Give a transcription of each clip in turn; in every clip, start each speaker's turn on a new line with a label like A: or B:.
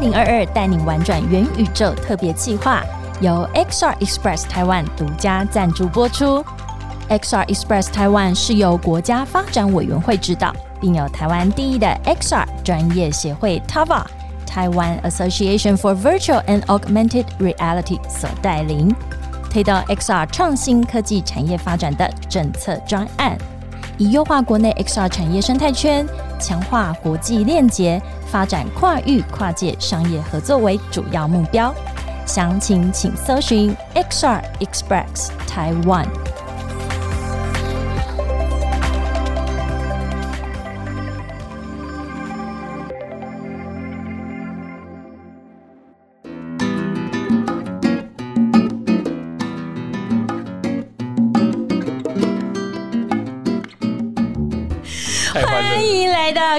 A: 零二二带你玩转元宇宙特别计划，由 XR Express 台湾独家赞助播出。XR Express 台湾是由国家发展委员会指导，并有台湾第一的 XR 专业协会 TAVA 台湾 Association for Virtual and Augmented Reality 所带领，推动 XR 创新科技产业发展的政策专案，以优化国内 XR 产业生态圈、强化国际链接、发展跨域跨界商业合作为主要目标。详情请搜寻 XR Express 台湾。
B: 太欢乐
A: 欢
B: 了。
A: 迎来到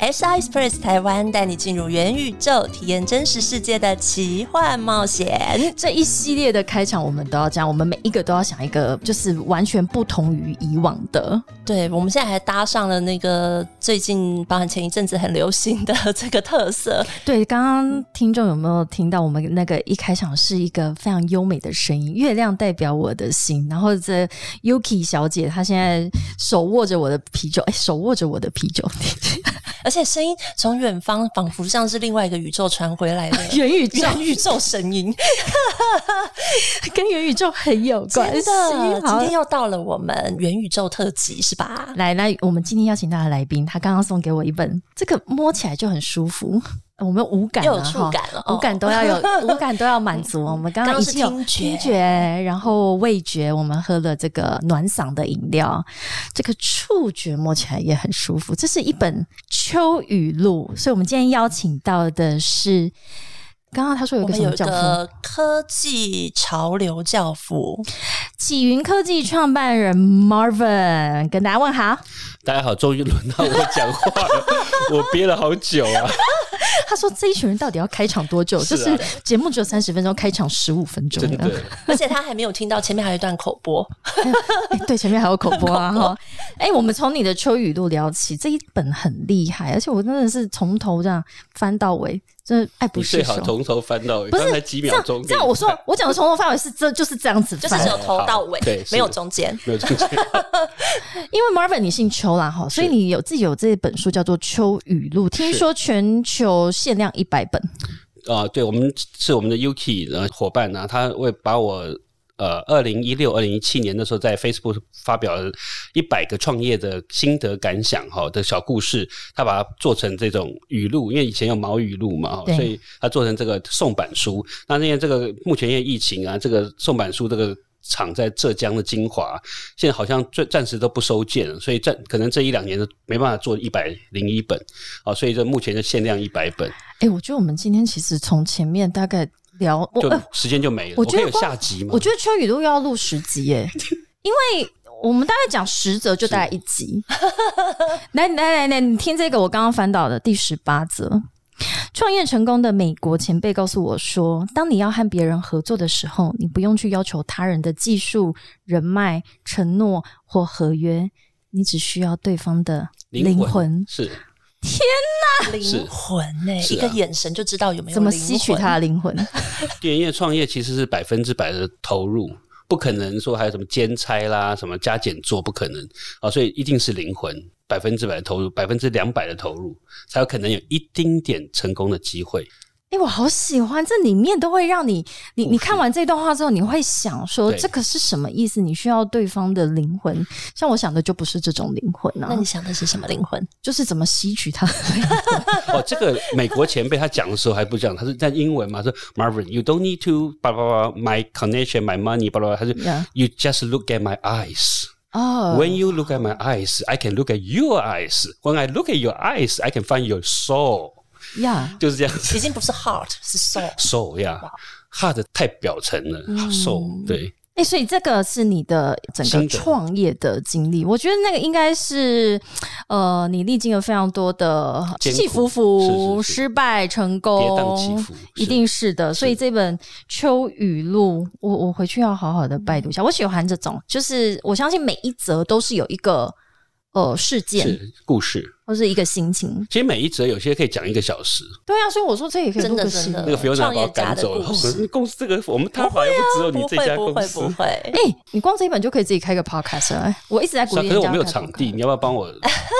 C: SI Express 台湾带你进入元宇宙，体验真实世界的奇幻冒险。
A: 这一系列的开场我们都要这样，我们每一个都要想一个就是完全不同于以往的。
C: 对，我们现在还搭上了那个最近，包含前一阵子很流行的这个特色，
A: 对，刚刚听众有没有听到我们那个一开场是一个非常优美的声音，月亮代表我的心，然后这 Yuki 小姐她现在手握着我的啤酒，哎，手握着我的啤酒，
C: 而且声音从远方仿佛像是另外一个宇宙传回 来的
A: 元宇 宙
C: 元宇宙神音，
A: 跟元宇宙很有
C: 真
A: 关系。
C: 的，今
A: 好
C: 天，又到了我们元宇宙特辑是吧？
A: 来来，我们今天邀请到的来宾，他刚刚送给我一本，这个摸起来就很舒服。我们无感、啊、
C: 又有触
A: 哈
C: 感了哦
A: 五感都要 有，五感都要满足。我们刚刚
C: 刚刚
A: 已
C: 是
A: 经有
C: 听觉
A: 听觉，然后味觉，我们喝了这个暖嗓的饮料，这个触觉摸起来也很舒服。这是一本秋雨录，所以我们今天邀请到的是，刚刚他说有一
C: 我
A: 个
C: 们
A: 什么
C: 有一
A: 叫
C: 个科技潮流教 父，
A: 启云科技创办人 Marvin 跟大家问 好。
B: 大家好，终于轮到我讲话了，我憋了好久 啊。
A: 他说这一群人到底要开场多久？
B: 是
A: 就是
B: 啊
A: 节目只有三十分钟，开场十五分钟
B: 真
A: 这样。
B: 的，
C: 而且他还没有听到前面还有一段口播，
A: 哎对，前面还有口播啊哈。哎、我们从你的秋雨录聊起，这一本很厉害，而且我真的是从头这样翻到尾，真的哎爱不
B: 你
A: 释
B: 最好
A: 手。
B: 从头翻到尾，
A: 不是
B: 刚才几
A: 这
B: 秒
A: 样
B: 钟给你
A: 这
B: 看，
A: 样，我说我讲的从头翻尾是这就是这样子
C: 就是
A: 翻，
C: 只有头到尾
B: 好对，是
C: 没有中间。
B: 没有中间，
A: 因为 Marvin 你姓邱啦哈，所以
B: 是
A: 你有自己有这本书叫做《秋雨录》，听
B: 是
A: 说全球限量一百本，
B: 啊，对，我们是我们的 Yuki 的伙伴呢、他会把我呃，二零一六、二零一七年的时候，在 Facebook 发表了一百个创业的心得感想哈的小故事，他把它做成这种语录，因为以前有毛语录嘛，
A: 对
B: 齁所以他做成这个宋版书。那因为这个目前因为疫情啊，这个宋版书这个。厂在浙江的金华，现在好像暂暂时都不收件了，所以暂可能这一两年都没办法做一百零一本啊，所以这目前就限量一百本。
A: 哎、我觉得我们今天其实从前面大概聊，我、
B: 就
A: 哎
B: 时间就没了。
A: 我
B: 我
A: 觉得
B: 可以有
A: 光
B: 下集吗？
A: 我觉得秋雨录要录十集 耶，因为我们大概讲十则就大概一集。 来来来来，你听这个我刚刚翻到的第十八则。创业成功的美国前辈告诉我说：“当你要和别人合作的时候，你不用去要求他人的技术、人脉、承诺或合约，你只需要对方的灵魂。
B: 是是
C: 灵魂呢、
B: 是
C: 一
B: 啊
C: 个眼神就知道有没有
A: 怎么
C: 灵
A: 吸取
C: 魂
A: 他的灵魂？
B: 电业创业其实是百分之百的投入，不可能说还有什么兼差啦、什么加减做，不可能啊，所以一定是灵魂百分之百的投入，百分之两百的投入，才有可能有一丁点成功的机 会。
A: 哎、我好喜欢，这里面都会让你，你
B: 故
A: 你
B: 事
A: 看完这段话之后，你会想说
B: 对
A: 这个是什么意思？你需要对方的灵魂，像我想的就不是这种灵魂啊
C: 那，你想的是什么灵魂？
A: 就是怎么吸取 它。
B: 哦，这个美国前辈他讲的时候还不讲，他是在英文嘛，说 Marvin，you don't need to 巴拉巴拉，my connection, my money，巴拉巴拉，他就
A: Yeah.
B: you just look at my eyes。
A: 哦
B: When you look at my eyes, I can look at your eyes. When I look at your eyes, I can find your soul.
A: 呀，
B: 就是这样子
C: 已经不是 heart，是 soul。嗯
B: ，soul 呀、yeah.，hard 太表层了、s o u l 对，
A: 哎、所以这个是你的整
B: 心
A: 个
B: 得
A: 创业的经历，我觉得那个应该是，呃，你历经了非常多的
B: 艰
A: 起
B: 苦
A: 起伏伏、
B: 是是是
A: 失败、成功、
B: 跌宕起
C: 哦
B: 伏
A: 一
B: 是
A: 定是的。所以
B: 是
A: 这本《秋雨录》，我我回去要好好的拜读一下。
B: 嗯
A: 我喜欢这种，就是我相信每一则都是有一个呃事件
B: 是故事。
A: 或是一个心情。
B: 其实每一则有些可以讲一个小时，
A: 对啊，所以我说这也可以
C: 真
A: 录
C: 的
A: 个
C: 真
A: 系列
C: 的
B: 那个 Fiona
C: 呃创
B: 把
C: 业
B: 我
C: 家
B: 赶
C: 的
B: 走了。
C: 故
B: 我
C: 事
B: 说公司这个我们他好像不只有你
C: 不
B: 这
C: 会
B: 家
C: 不
B: 公
C: 会
B: 司
C: 不。会，
A: 哎、你光这一本就可以自己开个 podcast 了、哎我一直在鼓
B: 是啊，
A: 励
B: 可
A: 人
B: 是
A: 家
B: 我没有
A: 开
B: 场
A: podcast
B: 地，你要不要帮我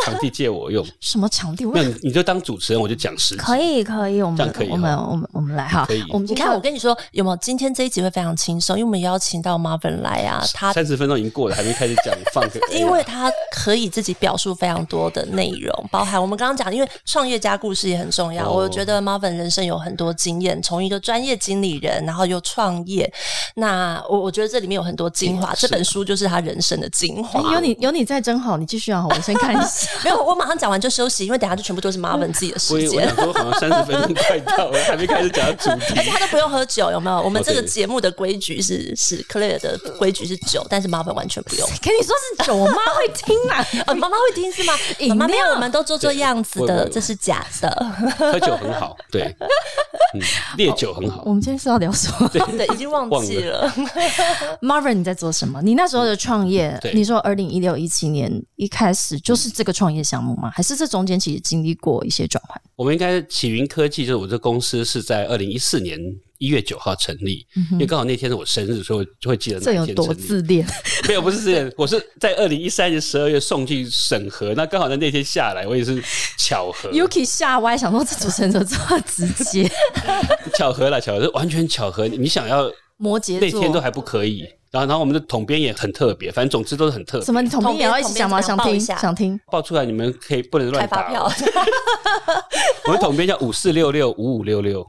B: 场地借我用？
A: 什么场地？我
B: 没有，你你就当主持人，我就讲十集。
A: 可以，可以，我
B: 这样
A: 们
B: 可以
A: 我们
B: 哈
A: 我们我们来哈
B: 可以，
A: 我们
C: 你
A: 就
C: 看，我
A: 跳。
C: 跟你说，有没有？今天这一集会非常轻松，因为我们邀请到 Marvin 来啊，他
B: 三十分钟已经过了，还没开始讲，放个
C: 因为他可以自己表述非常多的内容，包含我们刚刚讲，因为创业家故事也很重要。
B: 哦
C: 我觉得 Marvin 人生有很多经验，从一个专业经理人，然后又创业，那我我觉得这里面有很多精华。
B: 嗯
C: 这本
B: 是
C: 书就是他人生的精华。
A: 哎有你有你在真好，你继续啊，我先看一 下。
C: 没有，我马上讲完就休息，因为等下就全部都是 Marvin 自己的
B: 我
C: 时
B: 也我
C: 间。
B: 想说，好像三十分钟快到了，还没开始讲主题
C: 而。且他都不用喝酒，有没有？我们这个
B: OK
C: 节目的规矩是是 Clear 的规矩是酒，但是 Marvin 完全 不用。
A: 跟你说是酒，我妈会听啊。
C: 呃，妈妈会听是吗？
A: 饮
C: 妈妈没有，
A: 料
C: 我们都做做样子
B: 对我
C: 的，
B: 我
C: 这是假的。
B: 喝酒很 好，对，嗯，烈酒很好
A: 我。们今天是要聊什么
C: 对，已经忘
B: 忘
C: 记了。
A: ？Marvin，你在做什么？你那时候的创业，
B: 嗯对
A: 你说二零一六一七年一开始就是这个创业项目吗？还是这中间其实经历过一些转换？
B: 我们应该起云科技，就是我这公司是在二零一四年一月九号成立，因为刚好那天是我生日，所以我就会记得
A: 嗯这
B: 那
A: 有
B: 天
A: 多
B: 成立。
A: 自恋？
B: 没有，不是这样，我是在二零一三年十二月送去审核，那刚好在那天下来，我也是巧合，
A: Yuki 吓歪，想说这主持人怎么这么直 接？
B: 巧合啦，巧合，完全巧合。你想要
A: 摩羯
B: 那天都
A: 座
B: 还不可以，然后然后我们的统编也很特别，反正总之都是很特别。
A: 什么？你统
C: 统
A: 编也要一
C: 编
A: 起讲吗？想
C: 统编报一
A: 听，
C: 下
A: 想听。
B: 报出来，你们可以不能
C: 开
B: 乱
C: 发
B: 打
C: 票
B: 哦。我们统编叫五四六六五五六六，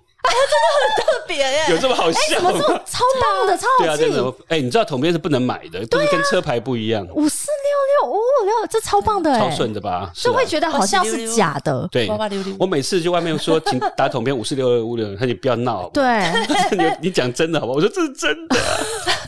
C: 别耶，
B: 有这么好笑
A: 我这
B: 吗？
A: 哎么超棒的，超
B: 对
A: 好
B: 啊，
A: 记啊
B: 真。的。哎、你知道统编是不能买的，就是跟车牌不一样，
A: 五四六六五五六，这超棒的哎、
B: 超顺哦的吧？是
A: 就
B: 啊
A: 会觉得好像是假的。
B: 对
C: 八八六六。
B: 我每次去外面说，请打统编五四六六五六六，他说你不要闹，
A: 对，
B: 你你讲真的好不好？我说这是真的，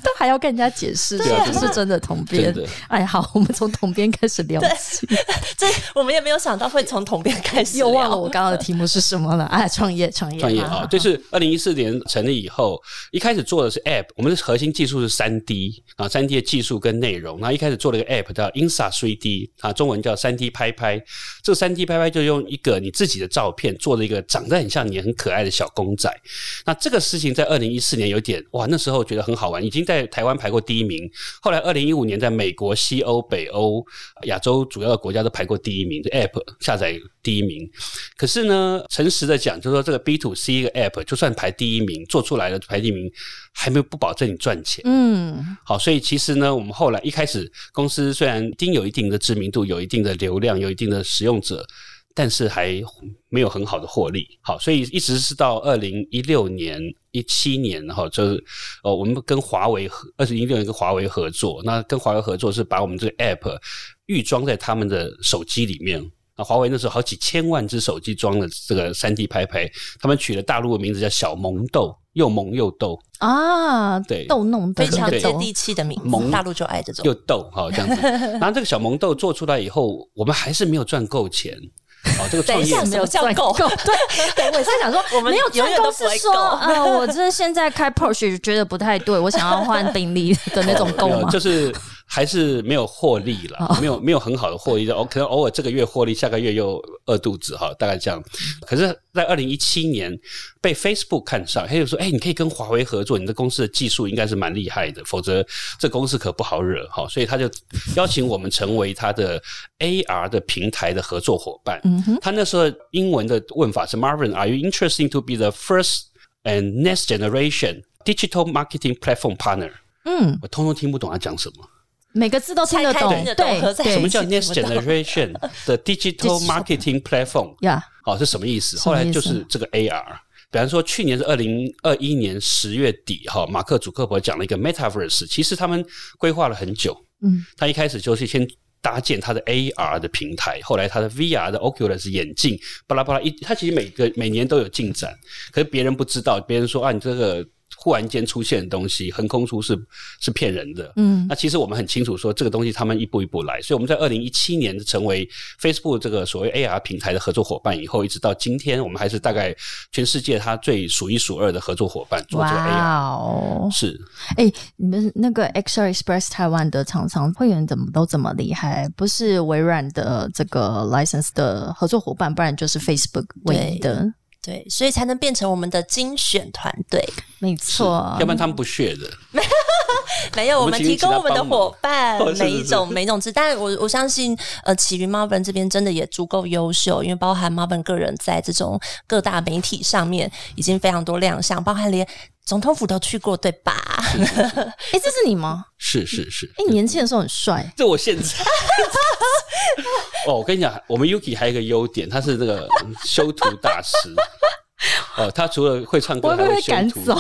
A: 都还要跟人家解释，
B: 对啊
A: 这
B: 真的
A: 是真的统编
B: 真的。
A: 哎，好，我们从统编开始聊起。
C: 这我们也没有想到会从统编开始聊，
A: 又
B: 啊
A: 忘了我刚刚的题目是什么了？ 哎，创业，创业，
B: 创业
A: 好
C: 哦
B: 啊，就是二零一四年成立以后，一开始做的是 App，我们的核心技术是三 D 啊，三 D 的技术跟内容。那一开始做了一个 App 叫 Insa 3 D 啊，中文叫三 D 拍拍。这三 D 拍拍就用一个你自己的照片做了一个长得很像你很可爱的小公仔。那这个事情在二零一四年有点哇，那时候觉得很好玩，已经在台湾排过第一名。后来二零一五年在美国、西欧、北欧、亚洲主要的国家都排过第一名，这 App 下载第一名。可是呢，诚实的讲，就是说这个 B to C 一个 App，就算排第一名，做出来了排第一名，还没有不保证你赚钱。
A: 嗯，
B: 好，所以其实呢，我们后来一开始公司虽然丁有一定的知名度，有一定的流量，有一定的使用者，但是还没有很好的获利。好，所以一直是到二零一六年、一七年哈，就是呃，我们跟华为合，二零一六年跟华为合作，那跟华为合作是把我们这个 app 预装在他们的手机里面。啊，华为那时候好几千万只手机装了这个三 D 拍拍，他们取了大陆的名字叫小萌豆，又萌又豆。
A: 啊，
B: 对
A: 逗弄的
C: 非常
A: 那个
C: 接
A: 逗
C: 地气的名字，
B: 萌
C: 大陆就爱这种
B: 又。豆哈这样子。然后这个小萌豆做出来以后，我们还是没有赚够钱。哦， 这个
C: 等
B: 创
C: 一
B: 业
C: 下，什么叫够？
A: 对，我也在想说，
C: 我们
A: 没有
C: 永
A: 赚
C: 远
A: 够
C: 都不
A: 是
C: 会
A: 说，
C: 够
A: 呃，我这现在开 Porsche 觉得不太对，我想要换宾利的那种够
B: 没 有
A: 吗？哦
B: 就是还是没有获利啦，没有没有很好的获利，哦，可能偶尔这个月获利，下个月又饿肚子哈，大概这样。
A: 嗯
B: 可是，在二零一七年被 Facebook 看上，他就说：“哎、你可以跟华为合作，你的公司的技术应该是蛮厉害的，否则这公司可不好惹哈。”所以他就邀请我们成为他的 AR 的平台的合作伙伴。
A: 嗯哼，
B: 他那时候英文的问法是 Marvin，Are you interested to be the first and next generation digital marketing platform partner？
A: 嗯，
B: 我通通听不懂他讲什么。
A: 每个字都听得
C: 拆开
A: 懂
C: 听得，懂
A: 对
C: 合在一
A: 对，
B: 什么叫
C: 其实
B: next
C: 我懂
B: generation 的 digital marketing platform？
A: 呀？
B: 哦，是什么意思？
A: 什
B: 后
A: 么意
B: 来
A: 思
B: 就是这个 AR。比方说，去年是二零二一年十月底，哈，马克·祖克伯讲了一个 Metaverse，其实他们规划了很久，
A: 嗯，
B: 他一开始就是先搭建他的 AR 的平台，后来他的 VR 的 Oculus 眼镜，巴拉巴拉一，他其实每个每年都有进展，可是别人不知道，别人说啊，你这个忽然间出现的东西，横空出世是骗人的。
A: 嗯
B: 那其实我们很清楚说，这个东西他们一步一步来，所以我们在二零一七年成为 Facebook 这个所谓 AR 平台的合作伙伴以后，一直到今天，我们还是大概全世界它最数一数二的合作伙伴做这个 AR。
A: 哇哦！
B: 是，
A: 哎，你们那个 XR Express 台湾的厂商会员怎么都这么厉害？不是微软的这个 license 的合作伙伴，不然就是 Facebook 唯一的，
C: 对，所以才能变成我们的精选团队。
A: 没错。
B: 要不然他们不屑的。
C: 没有，
B: 我
C: 我
B: 们
C: 们
B: 请
C: 提供我们
B: 请
C: 的
B: 他帮忙
C: 伙伴
B: 哦是，是
C: 每一
B: 是
C: 种每一种字。但我我相信，呃，起云 Marvin 这边真的也足够优秀，因为包含 Marvin 个人在这种各大媒体上面已经非常多亮相，包含连总统府都去过，对吧？
A: 哎，这是你吗？
B: 是是是，
A: 哎，你年轻的时候很 帅，
B: 这我现在。哦，我跟你讲，我们 Yuki 还有一个优点，他是这个嗯 修图大师。哦，他除了会唱歌，
A: 我会
B: 还
A: 不会被
B: 会修
A: 赶
B: 图。
A: 走？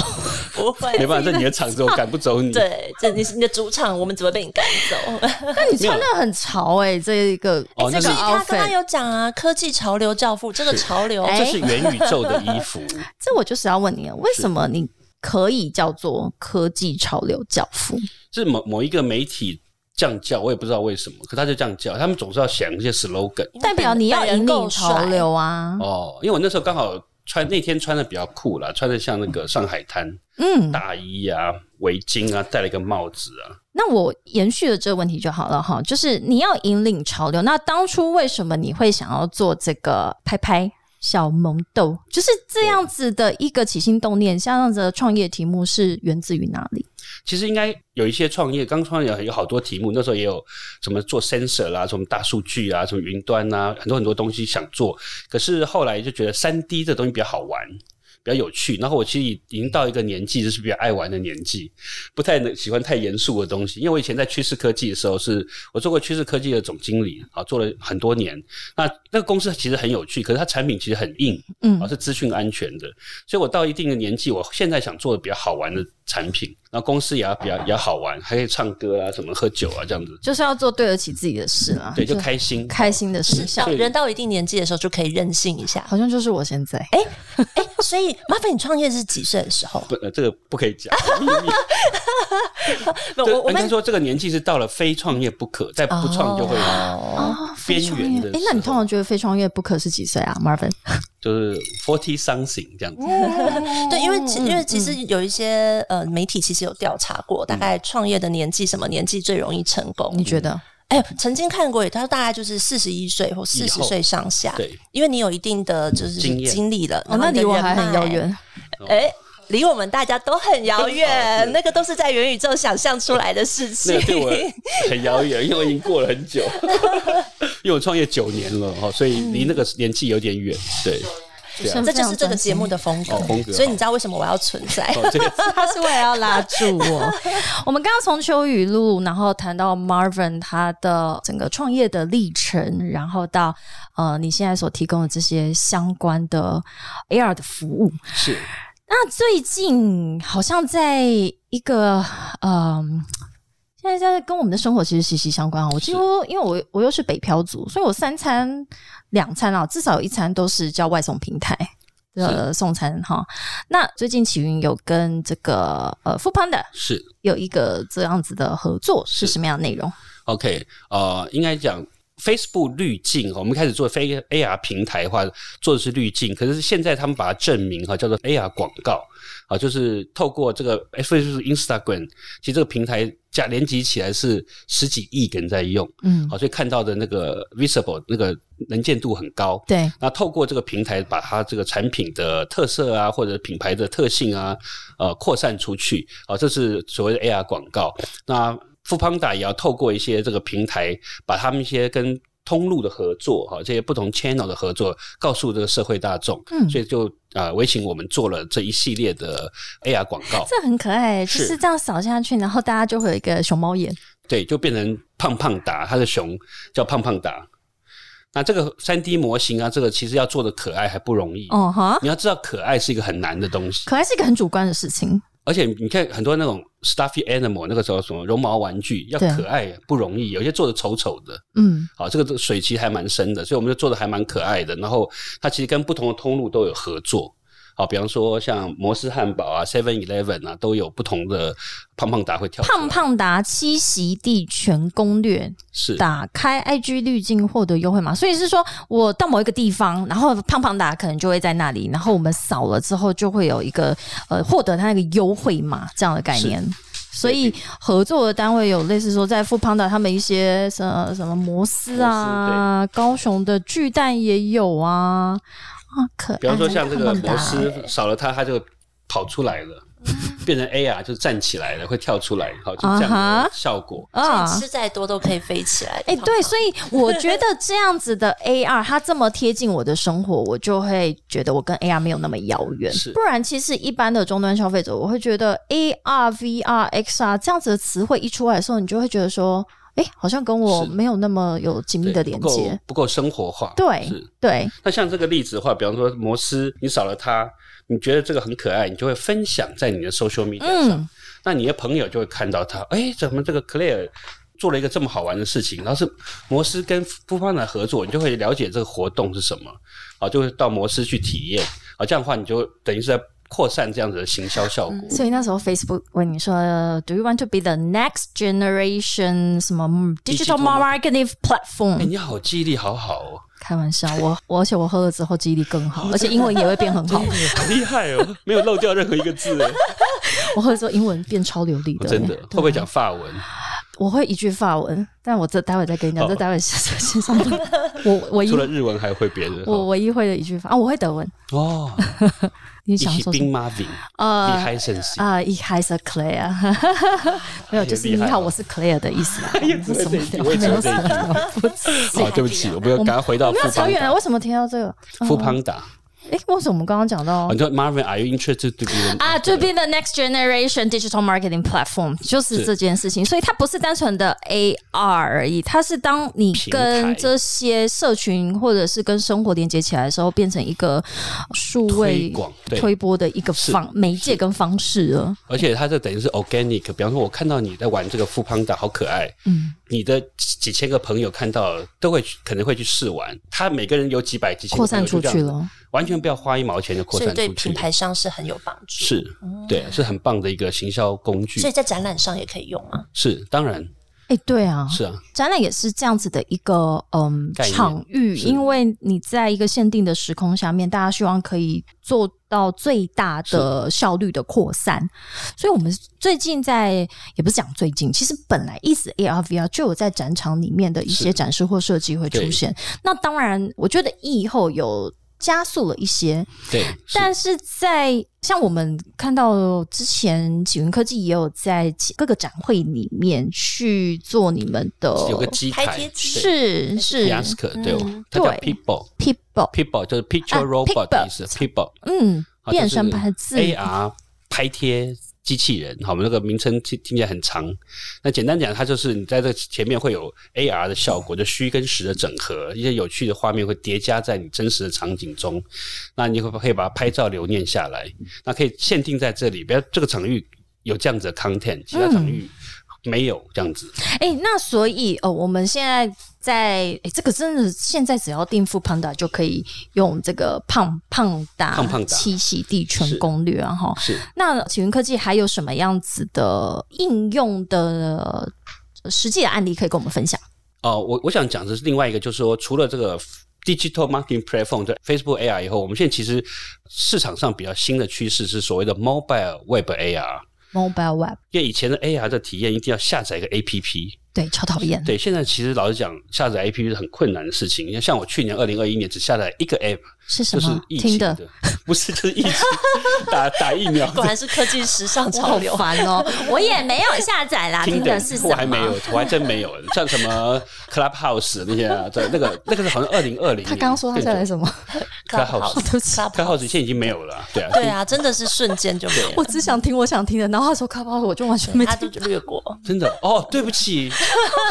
C: 不会
B: 没办法，在你的场子我赶不 走你。
C: 对，这你是你的主场，我们怎么被你赶走？
A: 那你穿的很潮哎，这一个
B: 哦
A: 这个
B: 那是
C: 他刚刚
A: outfit，
C: 有讲啊，科技潮流教父，这个
B: 是
C: 潮流
A: 哎
B: 哦这是元宇宙的衣服。
A: 这我就是要问你，为什么你可以叫做科技潮流教父？
B: 是某某一个媒体这样叫，我也不知道为什么，可他就这样叫，他们总是要想一些 slogan
A: 代表你要引领潮。流啊！
B: 哦。因为我那时候刚好穿那天穿的比较酷啦，穿的像那个上海滩
A: 嗯，
B: 大衣啊、围巾啊，戴了一个帽子啊。
A: 那我延续了这个问题就好了哈，就是你要引领潮流。那当初为什么你会想要做这个拍拍小萌豆？就是这样子的一个起心动念，像这样子的创业题目是源自于哪里？
B: 其实应该有一些创业，刚创业有好多题目，那时候也有什么做 sensor 啦、什么大数据啊、什么云端啊，很多很多东西想做。可是后来就觉得三 D 这东西比较好玩，比较有趣。然后我其实已经到一个年纪，就是比较爱玩的年纪，不太能喜欢太严肃的东西。因为我以前在趋势科技的时候是，我做过趋势科技的总经理啊，做了很多年。那那个公司其实很有趣，可是它产品其实很硬，
A: 嗯
B: 啊，是资讯安全的。所以我到一定的年纪，我现在想做的比较好玩的产品，那公司也要比较也要好玩，还可以唱歌啊，什么喝酒啊这样子，
A: 就是要做对得起自己的事
C: 啊
A: 啦，
B: 对，就开心。
A: 开心的事
C: 到
A: 项。
B: 对
C: 人到一定年纪的时候就可以任性一下
A: ，好像就是我现在，
C: 哎、所以麻烦你创业是几岁的时候？
B: 不，呃，这个不可以讲。秘密
C: 不
B: 这呃
C: 我我
B: 应该
C: 们
B: 说，这个年纪是到了非创业不可，再不创就会
C: 哦
A: 啊，非
B: 边
A: 创
B: 缘
A: 业
B: 的
A: 哎、那你
B: 时
A: 通
B: 候
A: 常觉得非创业不可是几岁啊，Marvin？
B: 就是 forty something 这样子。
C: 嗯对，因为其
A: 嗯
C: 因为其实有一些呃媒体其实有调查过，大概创业的年纪什么年纪最容易成
A: 你
C: 功？
A: 觉得？
C: 哎、曾经看过，他大概就是四十一岁或四十岁上下，
B: 对，
C: 因为你有一定的就是
B: 经验
C: 经历了，
A: 哦，
C: 然后
A: 那
C: 你的
A: 离我
C: 人
A: 还很
C: 脉
A: 遥。远。
C: 哎、离我们大家都很遥
B: 哦
C: 远
B: 对，
C: 那个都是在元宇宙想象出来的事
B: 那
C: 情
B: 个。对 我很遥远，因为我已经过了很久， 因为我创业九年了哦，所以离那个年纪有点远。对，对
A: 身
B: 啊
C: 这
A: 份非
C: 就
A: 常
C: 是这个
A: 专
C: 节目
A: 心
C: 的风格，
B: 哦风格
C: 所以
B: 好
C: 你知道为什么我要存在？
B: 哦，这个
A: 他是为了要拉住我。我们刚刚从秋雨露，然后谈到 Marvin 他的整个创业的历程，然后到呃你现在所提供的这些相关的 AR 的服务。
B: 是
A: 那最近好像在一个嗯、现在在跟我们的生活其实息息相关啊。我几乎因为我我又是北漂族，所以我三餐两餐啊，至少有一餐都是叫外送平台的送餐哈。那最近起云有跟这个呃富邦的
B: 是。
A: 有一个这样子的合作，是什么样的内容？
B: OK，呃，应该讲 Facebook 滤镜，哦我们开始做非 AR 平台化，做的是滤镜，可是现在他们把它证明哈，叫做 AR 广告啊，就是透过这个哎 Facebook、Instagram，其实这个平台加连接起来是十几亿个人在用，啊
A: 嗯，
B: 好，所以看到的那个 visible 那个能见度很高，
A: 对，
B: 那透过这个平台，把它这个产品的特色啊，或者品牌的特性啊，呃，扩散出去啊、这是所谓的 AR 广告。那富邦达也要透过一些这个平台，把他们一些跟通路的合作啊、这些不同 channel 的合作，告诉这个社会大众。
A: 嗯
B: 所以就呃，微信我们做了这一系列的 AR 广告，
A: 这很可爱，就是是这样扫下去，然后大家就会有一个熊猫眼。
B: 对，就变成胖胖达，它的熊叫胖胖达。那这个三 D 模型啊，这个其实要做的可爱还不容易。
A: 哦哈，
B: 你要知道，可爱是一个很难的东西。
A: 可爱是一个很主观的事情。
B: 而且你看很多那种 stuffy animal，那个时候什么绒毛玩具要
A: 对
B: 可爱不容易，有些做的丑丑的，
A: 嗯
B: 啊，这个水其实还蛮深的，所以我们就做的还蛮可爱的。然后它其实跟不同的通路都有合作。啊，比方说像摩斯汉堡啊、Seven Eleven 啊，都有不同的胖胖达会跳出来。
A: 胖胖达七席地全攻略，
B: 是
A: 打开 IG 滤镜获得优惠码，所以是说我到某一个地方，然后胖胖达可能就会在那里，然后我们扫了之后就会有一个呃获得他那个优惠码这样的概念。所以合作的单位有类似说，在富胖达他们一些什么什么摩斯啊，高雄的巨蛋也有啊，啊可爱。
B: 比方说像这个
A: 哎胖胖达
B: 摩斯少了它，它就跑出来了，变成 AR 就站起来了，会跳出来，好就这
A: 啊
B: 样
A: 哈
B: 的效果。
A: 啊
C: 所以吃再多都可以飞起来。
A: 哎、 对，
C: 以
A: 所以我觉得这样子的 AR，它这么贴近我的生活，我就会觉得我跟 AR 没有那么遥远
B: 是。
A: 不然，其实一般的终端消费者，我会觉得 AR、VR、XR 这样子的词汇一出来的时候，你就会觉得说，哎、好像跟我
B: 是
A: 没有那么有紧密
B: 对
A: 的连
B: 不够
A: 接。
B: 不够生活化，
A: 对
B: 是
A: 对，
B: 那像这个例子的话，比方说摩斯，你少了它，你觉得这个很可爱，你就会分享在你的 social media 上，
A: 嗯，
B: 那你的朋友就会看到它，哎，怎么这个 Claire 做了一个这么好玩的事情？然后是摩斯跟富邦的合作，你就会了解这个活动是什么，啊，就会到摩斯去体验，啊，这样的话你就等于是在扩散这样子的行销效果。
A: 所以那时候 Facebook 问你说，Do you want to be the next generation 什么嗯 digital
B: Digital
A: marketing platform？
B: 哎，你好，记忆力好好哦，
A: 开玩笑，我 我而且我喝了之后记忆力更好，而且英文也会变很好。
B: 好厉害哦， 没有漏掉任何一个 字，哎
A: 我喝了之后英文变超流利的，
B: 哦真的
A: 对
B: 会不会讲法文？
A: 我会一句法文，但我这待会再跟你讲，
B: 哦
A: 这待会下下线上 班。我唯一
B: 除了日文还会别的
A: 我
B: 哦
A: 唯一会的一句法啊，我会德文。
B: 哦，
A: 你
B: 一
A: 想
B: 起
A: 说什么
B: 冰 Marvin。厉
A: 呃
B: 害神系，
A: 啊，一开始 Claire，没有，就是你
B: 厉害
A: 好，
B: 了
A: 我是 Claire 的意思啊，
B: 也
A: 不
B: 只
A: 是
B: 会
A: 什
B: 这
A: 么
B: 一句
A: 的，
B: 我
A: 没
B: 也只会
A: 有
B: 这
A: 什
B: 一 句
A: 么的，不是。
B: 哦好，对不起，我们要赶快回到
A: 我们
B: 富
A: 要扯
B: 邦
A: 远了，哦
B: 达。
A: 为什么听到这个？
B: 富邦达，
A: 哎，为什么我们刚刚讲到
B: 哦你说 Marvin，Are you interested to be the-
A: 啊，to be the next generation digital marketing platform，就是
B: 是
A: 这件事情。所以它不是单纯的 AR 而已，它是当你
B: 平
A: 跟
B: 台
A: 这些社群或者是跟生活连接起来的时候，变成一个数位
B: 推广对
A: 推播的一个方媒介跟方式了。
B: 而且它这等于是 organic。比方说，我看到你在玩这个富邦达，好可爱。
A: 嗯，
B: 你的几几千个朋友看到了，都会去可能会去试玩。他每个人有几百几千个
A: 扩散
B: 朋友
A: 出
B: 就这
A: 去
B: 样子，
A: 了。
B: 完全不要花一毛钱就扩
C: 所以
B: 散
C: 对
B: 出去
C: 品。牌商是很有帮助。
B: 是，
A: 嗯
B: 对，是很棒的一个行销工具
C: 所。以在展览上也可以用 啊。
B: 是，当然
A: 哎、对啊，
B: 是啊，
A: 展览也是这样子的一个嗯
B: 概念
A: 场域，
B: 是
A: 因为你在一个限定的时空下面，大家希望可以做到最大的效率的扩散。所以，我们最近在也不是讲最近，其实本来一直 AR VR 就有在展场里面的一些
B: 是
A: 展示或设计会出
B: 对
A: 现。那当然，我觉得疫后有加速了一些，
B: 对，是
A: 但是在像我们看到之前启云科技也有在其各个展会里面去做你们的
B: 有个机
C: 拍
B: 台
C: 贴
A: 是
C: 纸
A: 是
B: y a s k 对
C: 嗯，
B: 它叫
A: 对
B: People。
A: people
B: People 就是 Picture
A: 啊
B: Robot
A: ，Picbot
B: 的意思，People
A: 嗯
B: 好
A: 变
B: 就是哎
A: 身拍字
B: AR 拍贴机器人，好，我们那个名称听听起来很长。那简单讲，它就是你在这前面会有 AR 的效果，就虚跟实的整合，一些有趣的画面会叠加在你真实的场景中。那你会可以把它拍照留念下来，那可以限定在这里，不要这个场域有这样子的 content，其他场域没有这样子。
A: 哎、那所以呃，我们现在在、诶这个真的现在只要订富胖达就可以用这个胖胖达
B: 胖胖达
A: 七喜地全
B: 是
A: 攻略啊哈。
B: 是
A: 那启云科技还有什么样子的应用的呃实际的案例可以跟我们分享？
B: 哦，我我想讲的是另外一个，就是说，除了这个 digital marketing platform 在 Facebook AR 以后，我们现在其实市场上比较新的趋势是所谓的 mobile web AR。
A: Mobile Web，
B: 因为以前的 AR 的体验一定要下载一个 APP，
A: 对，超讨厌。
B: 对，现在其实老实讲，下载 APP 是很困难的事情。因为像我去年二零二一年只下载一个 App，
A: 是什
B: 就是
A: 么？
B: 疫
A: 听
B: 情
A: 的
B: 的， 不是就是疫情打 打疫苗
C: 果然是科技时尚
A: 我
C: 潮
A: 好
C: 流。
A: 烦 哦！我也没有下载啦，听的
B: 的
A: 是什
B: 我还没有
A: 么？，
B: 我还真没有。像什么 Clubhouse 那些啊，对，那个那个是好像二零二零。
A: 他刚刚说他下载什么？
B: Clubhouse
A: 对不起
B: Clubhouse 现在已经没有了啊，对啊，
C: 对啊，真的是瞬间就没
A: 我
C: 了，
A: 只想听我想听的，然后他说 c l 我就完全没
C: 他都
A: 听。
C: 略过。
B: 真的哦，对不 起，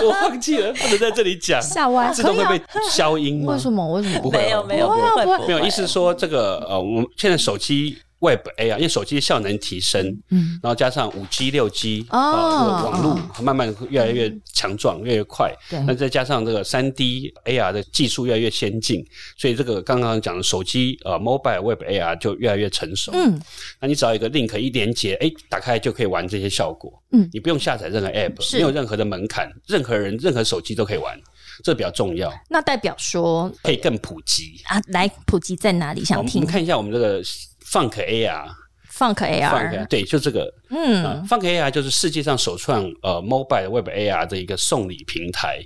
B: 我忘记了，不能在这里讲，
A: 吓歪，
B: 自
A: 可
B: 动
A: 以
B: 会
A: 啊？
B: 被消音吗？
A: 为什么？为什么
B: 不？会啊
C: 没有没有
A: 不会啊
C: 不会
A: 不会
C: 不会，
B: 没有，意思是说这个呃，我们现在手机 Web A 啊，因为手机效能提升，
A: 嗯，
B: 然后加上五 G、六 G
A: 哦
B: 啊，这个网络
A: 哦
B: 慢慢越来越强壮，越来越快。
A: 对，
B: 那再加上这个三 D AR 的技术越来越先进，所以这个刚刚讲的手机呃 Mobile Web AR 就越来越成熟。
A: 嗯，
B: 那你只要一个 link 一连接，哎，打开就可以玩这些效果。
A: 嗯
B: 你不用下载任何 app，
A: 是
B: 没有任何的门槛，任何人任何手机都可以玩，这比较重要，
A: 那代表说
B: 可以更普及。
A: 啊，来普及在哪里？
B: 好
A: 想
B: 我们
A: 听
B: 看一下我们这个 Funk AR。
A: Funk
B: Funk
A: AR，
B: 对，就这个。
A: 嗯
B: 啊 Funk AR 就是世界上首创呃 Mobile Web AR 的一个送礼平台，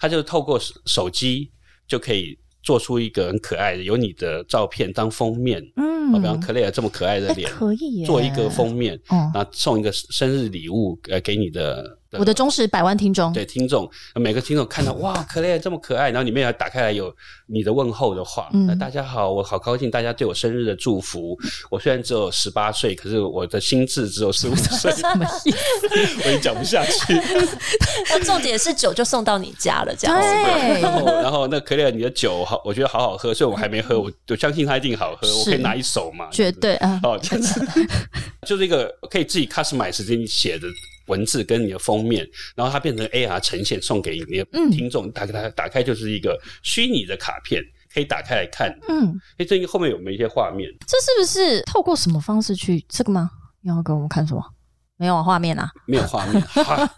B: 它就是透过手手机就可以做出一个很可爱的，有你的照片当封面，啊
A: 嗯
B: 好、比方克莱尔这么可爱的
A: 哎
B: 脸，
A: 可以耶
B: 做一个封面，
A: 哦，
B: 然后送一个生日礼物呃给你的。
A: 我的忠实百万听众，
B: 对听众，呃每个听众看到哇，克莱尔这么可爱，然后里面还打开来有你的问候的话，
A: 嗯
B: 那、大家好，我好高兴大家对我生日的祝福。我虽然只有十八岁，可是我的心智只 有十五岁，
A: 什么意思？
B: 我也讲不下去。
C: 那重点是酒就送到你家了，这样 子。
A: 对
B: 然，后，然后那克莱尔，你的酒好，我觉得好好喝，虽然我还没喝，我我相信它一定好喝，
A: 是
B: 我可以拿一手嘛，
A: 绝对啊，
B: 哦，就是就是一个可以自己 customize 自己写的文字跟你的封面，然后它变成 AR 呈现送给你的
A: 嗯
B: 听众，打开它打开就是一个虚拟的卡片，可以打开来看。
A: 嗯，
B: 哎，这个后面有没有一些画面？
A: 这是不是透过什么方式去这个吗？你要给我们看什么？没有啊，画面啊，
B: 没有画 面，哈，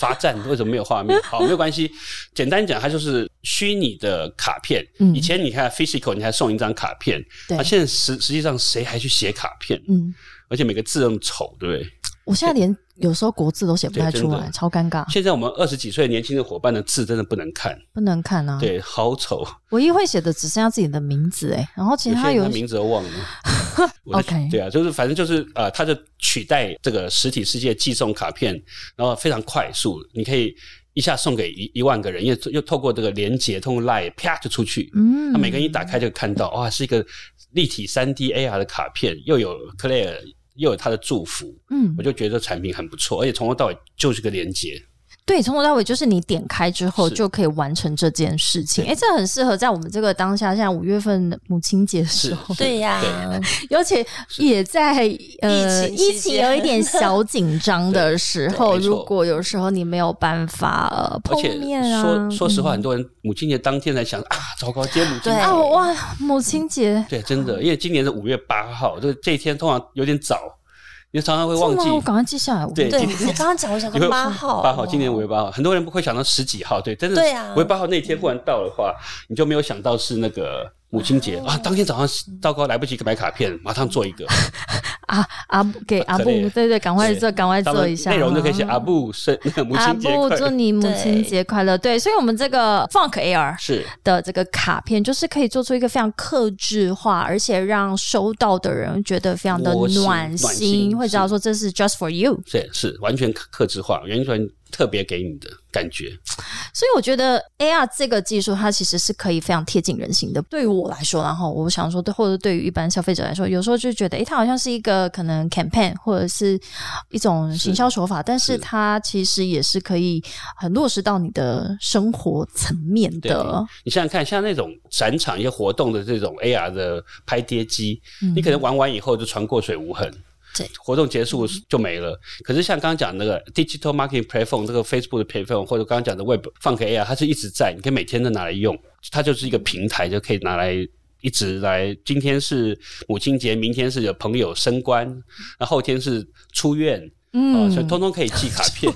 B: 罚站为什么没有画面？好，没有关系，简单讲，它就是虚拟的卡片。
A: 嗯
B: 以前你看 physical，你还送一张卡片，
A: 对
B: 啊，现在实实际上谁还去写卡片？
A: 嗯，
B: 而且每个字那么丑，对不对？
A: 我现在连有时候国字都写不太
B: 对
A: 出
B: 真
A: 来，
B: 的
A: 超尴尬，
B: 现在我们二十几岁的年轻的伙伴的字真的不能看，
A: 不能看啊。
B: 对，好丑，
A: 唯一会写的只剩下自己的名字，哎，然后其
B: 有些
A: 他
B: 人
A: 有
B: 他名字都 忘了。我在
A: OK
B: 对啊，就是反正就是呃，它就取代这个实体世界寄送卡片，然后非常快速，你可以一下送给一一万个人，因为又透过这个连接，通过 Line 啪就出去。
A: 嗯，
B: 那每个人一打开就看到，哇，是一个立体三 D AR 的卡片，又有 Claire，又有他的祝福，
A: 嗯
B: 我，就觉得这产品很不错，而且从头到尾就是个连接。
A: 对，从头到尾就是你点开之后
B: 是
A: 就可以完成这件事情。哎、这很适合在我们这个当下，像五月份母亲节的时
B: 是
A: 候，
B: 是
C: 对呀、
A: 尤其也在呃
C: 疫情期
A: 疫情有一点小紧张的时候，
B: 对对没错
A: 如果有时候你没有办法呃
B: 而
A: 碰
B: 且
A: 面啊，
B: 说说实话，
A: 嗯
B: 很多人母亲节当天才想啊，糟糕，今天母亲节
C: 对
A: 啊，我哇，母亲节
B: 对，真
A: 嗯
B: 的，因为今年是五月八号，就是这一天通常有点早，因为常常会忘
A: 是吗我
B: 记。
A: 赶快记下来。我
B: 对
C: 对，你刚刚讲，我想
B: 你会
C: 说八号，
B: 八号，今年五月八号，很多人不会想到十几号，对，但是
C: 对啊
B: 五月八号那天忽然到的话，你就没有想到是那个母亲
A: 哦
B: 节啊，当天早上糟糕，来不及买卡片，马上 做一个，
A: 啊阿给阿布，
B: 可怜
A: 对对，赶快
B: 对
A: 做，赶快
B: 他
A: 做
B: 们
A: 一下。
B: 内容就可以写
A: 嗯
B: 阿布生母
A: 阿
B: 亲节
A: 布，
B: 快
A: 祝
B: 乐，
A: 你母亲节快乐！对，所以，我们这个 Funk Air
B: 是
A: 的这个卡片，就是可以做出一个非常克制化，而且让收到的人觉得非常的
B: 窝心
A: 暖
B: 暖心
A: 会知道
B: 是
A: 说这是 just for you。
B: 是是完全克克制化，完全特别给你的感觉。
A: 所以我觉得 AR 这个技术，它其实是可以非常贴近人心的。对于我来说，然后我想说，对，或者对于一般消费者来说，有时候就觉得，诶，它好像是一个可能 campaign 或者是一种行销手法，但是
B: 是
A: 它其实也是可以很落实到你的生活层面
B: 对
A: 的。
B: 你想想看，像那种展场一些活动的这种 AR 的拍跌机，
A: 嗯
B: 你可能玩完以后就船过水无痕。
C: 对，
B: 活动结束就没了。可是像刚刚讲那个 digital marketing platform，这个 Facebook 的 platform，或者刚刚讲的 Web 放给 AR，它是一直在，你可以每天都拿来用，它就是一个平台，就可以拿来一直来。今天是母亲节，明天是有朋友升官，那后天是出院啊、
A: 嗯，
B: 所以通通可以寄卡 片。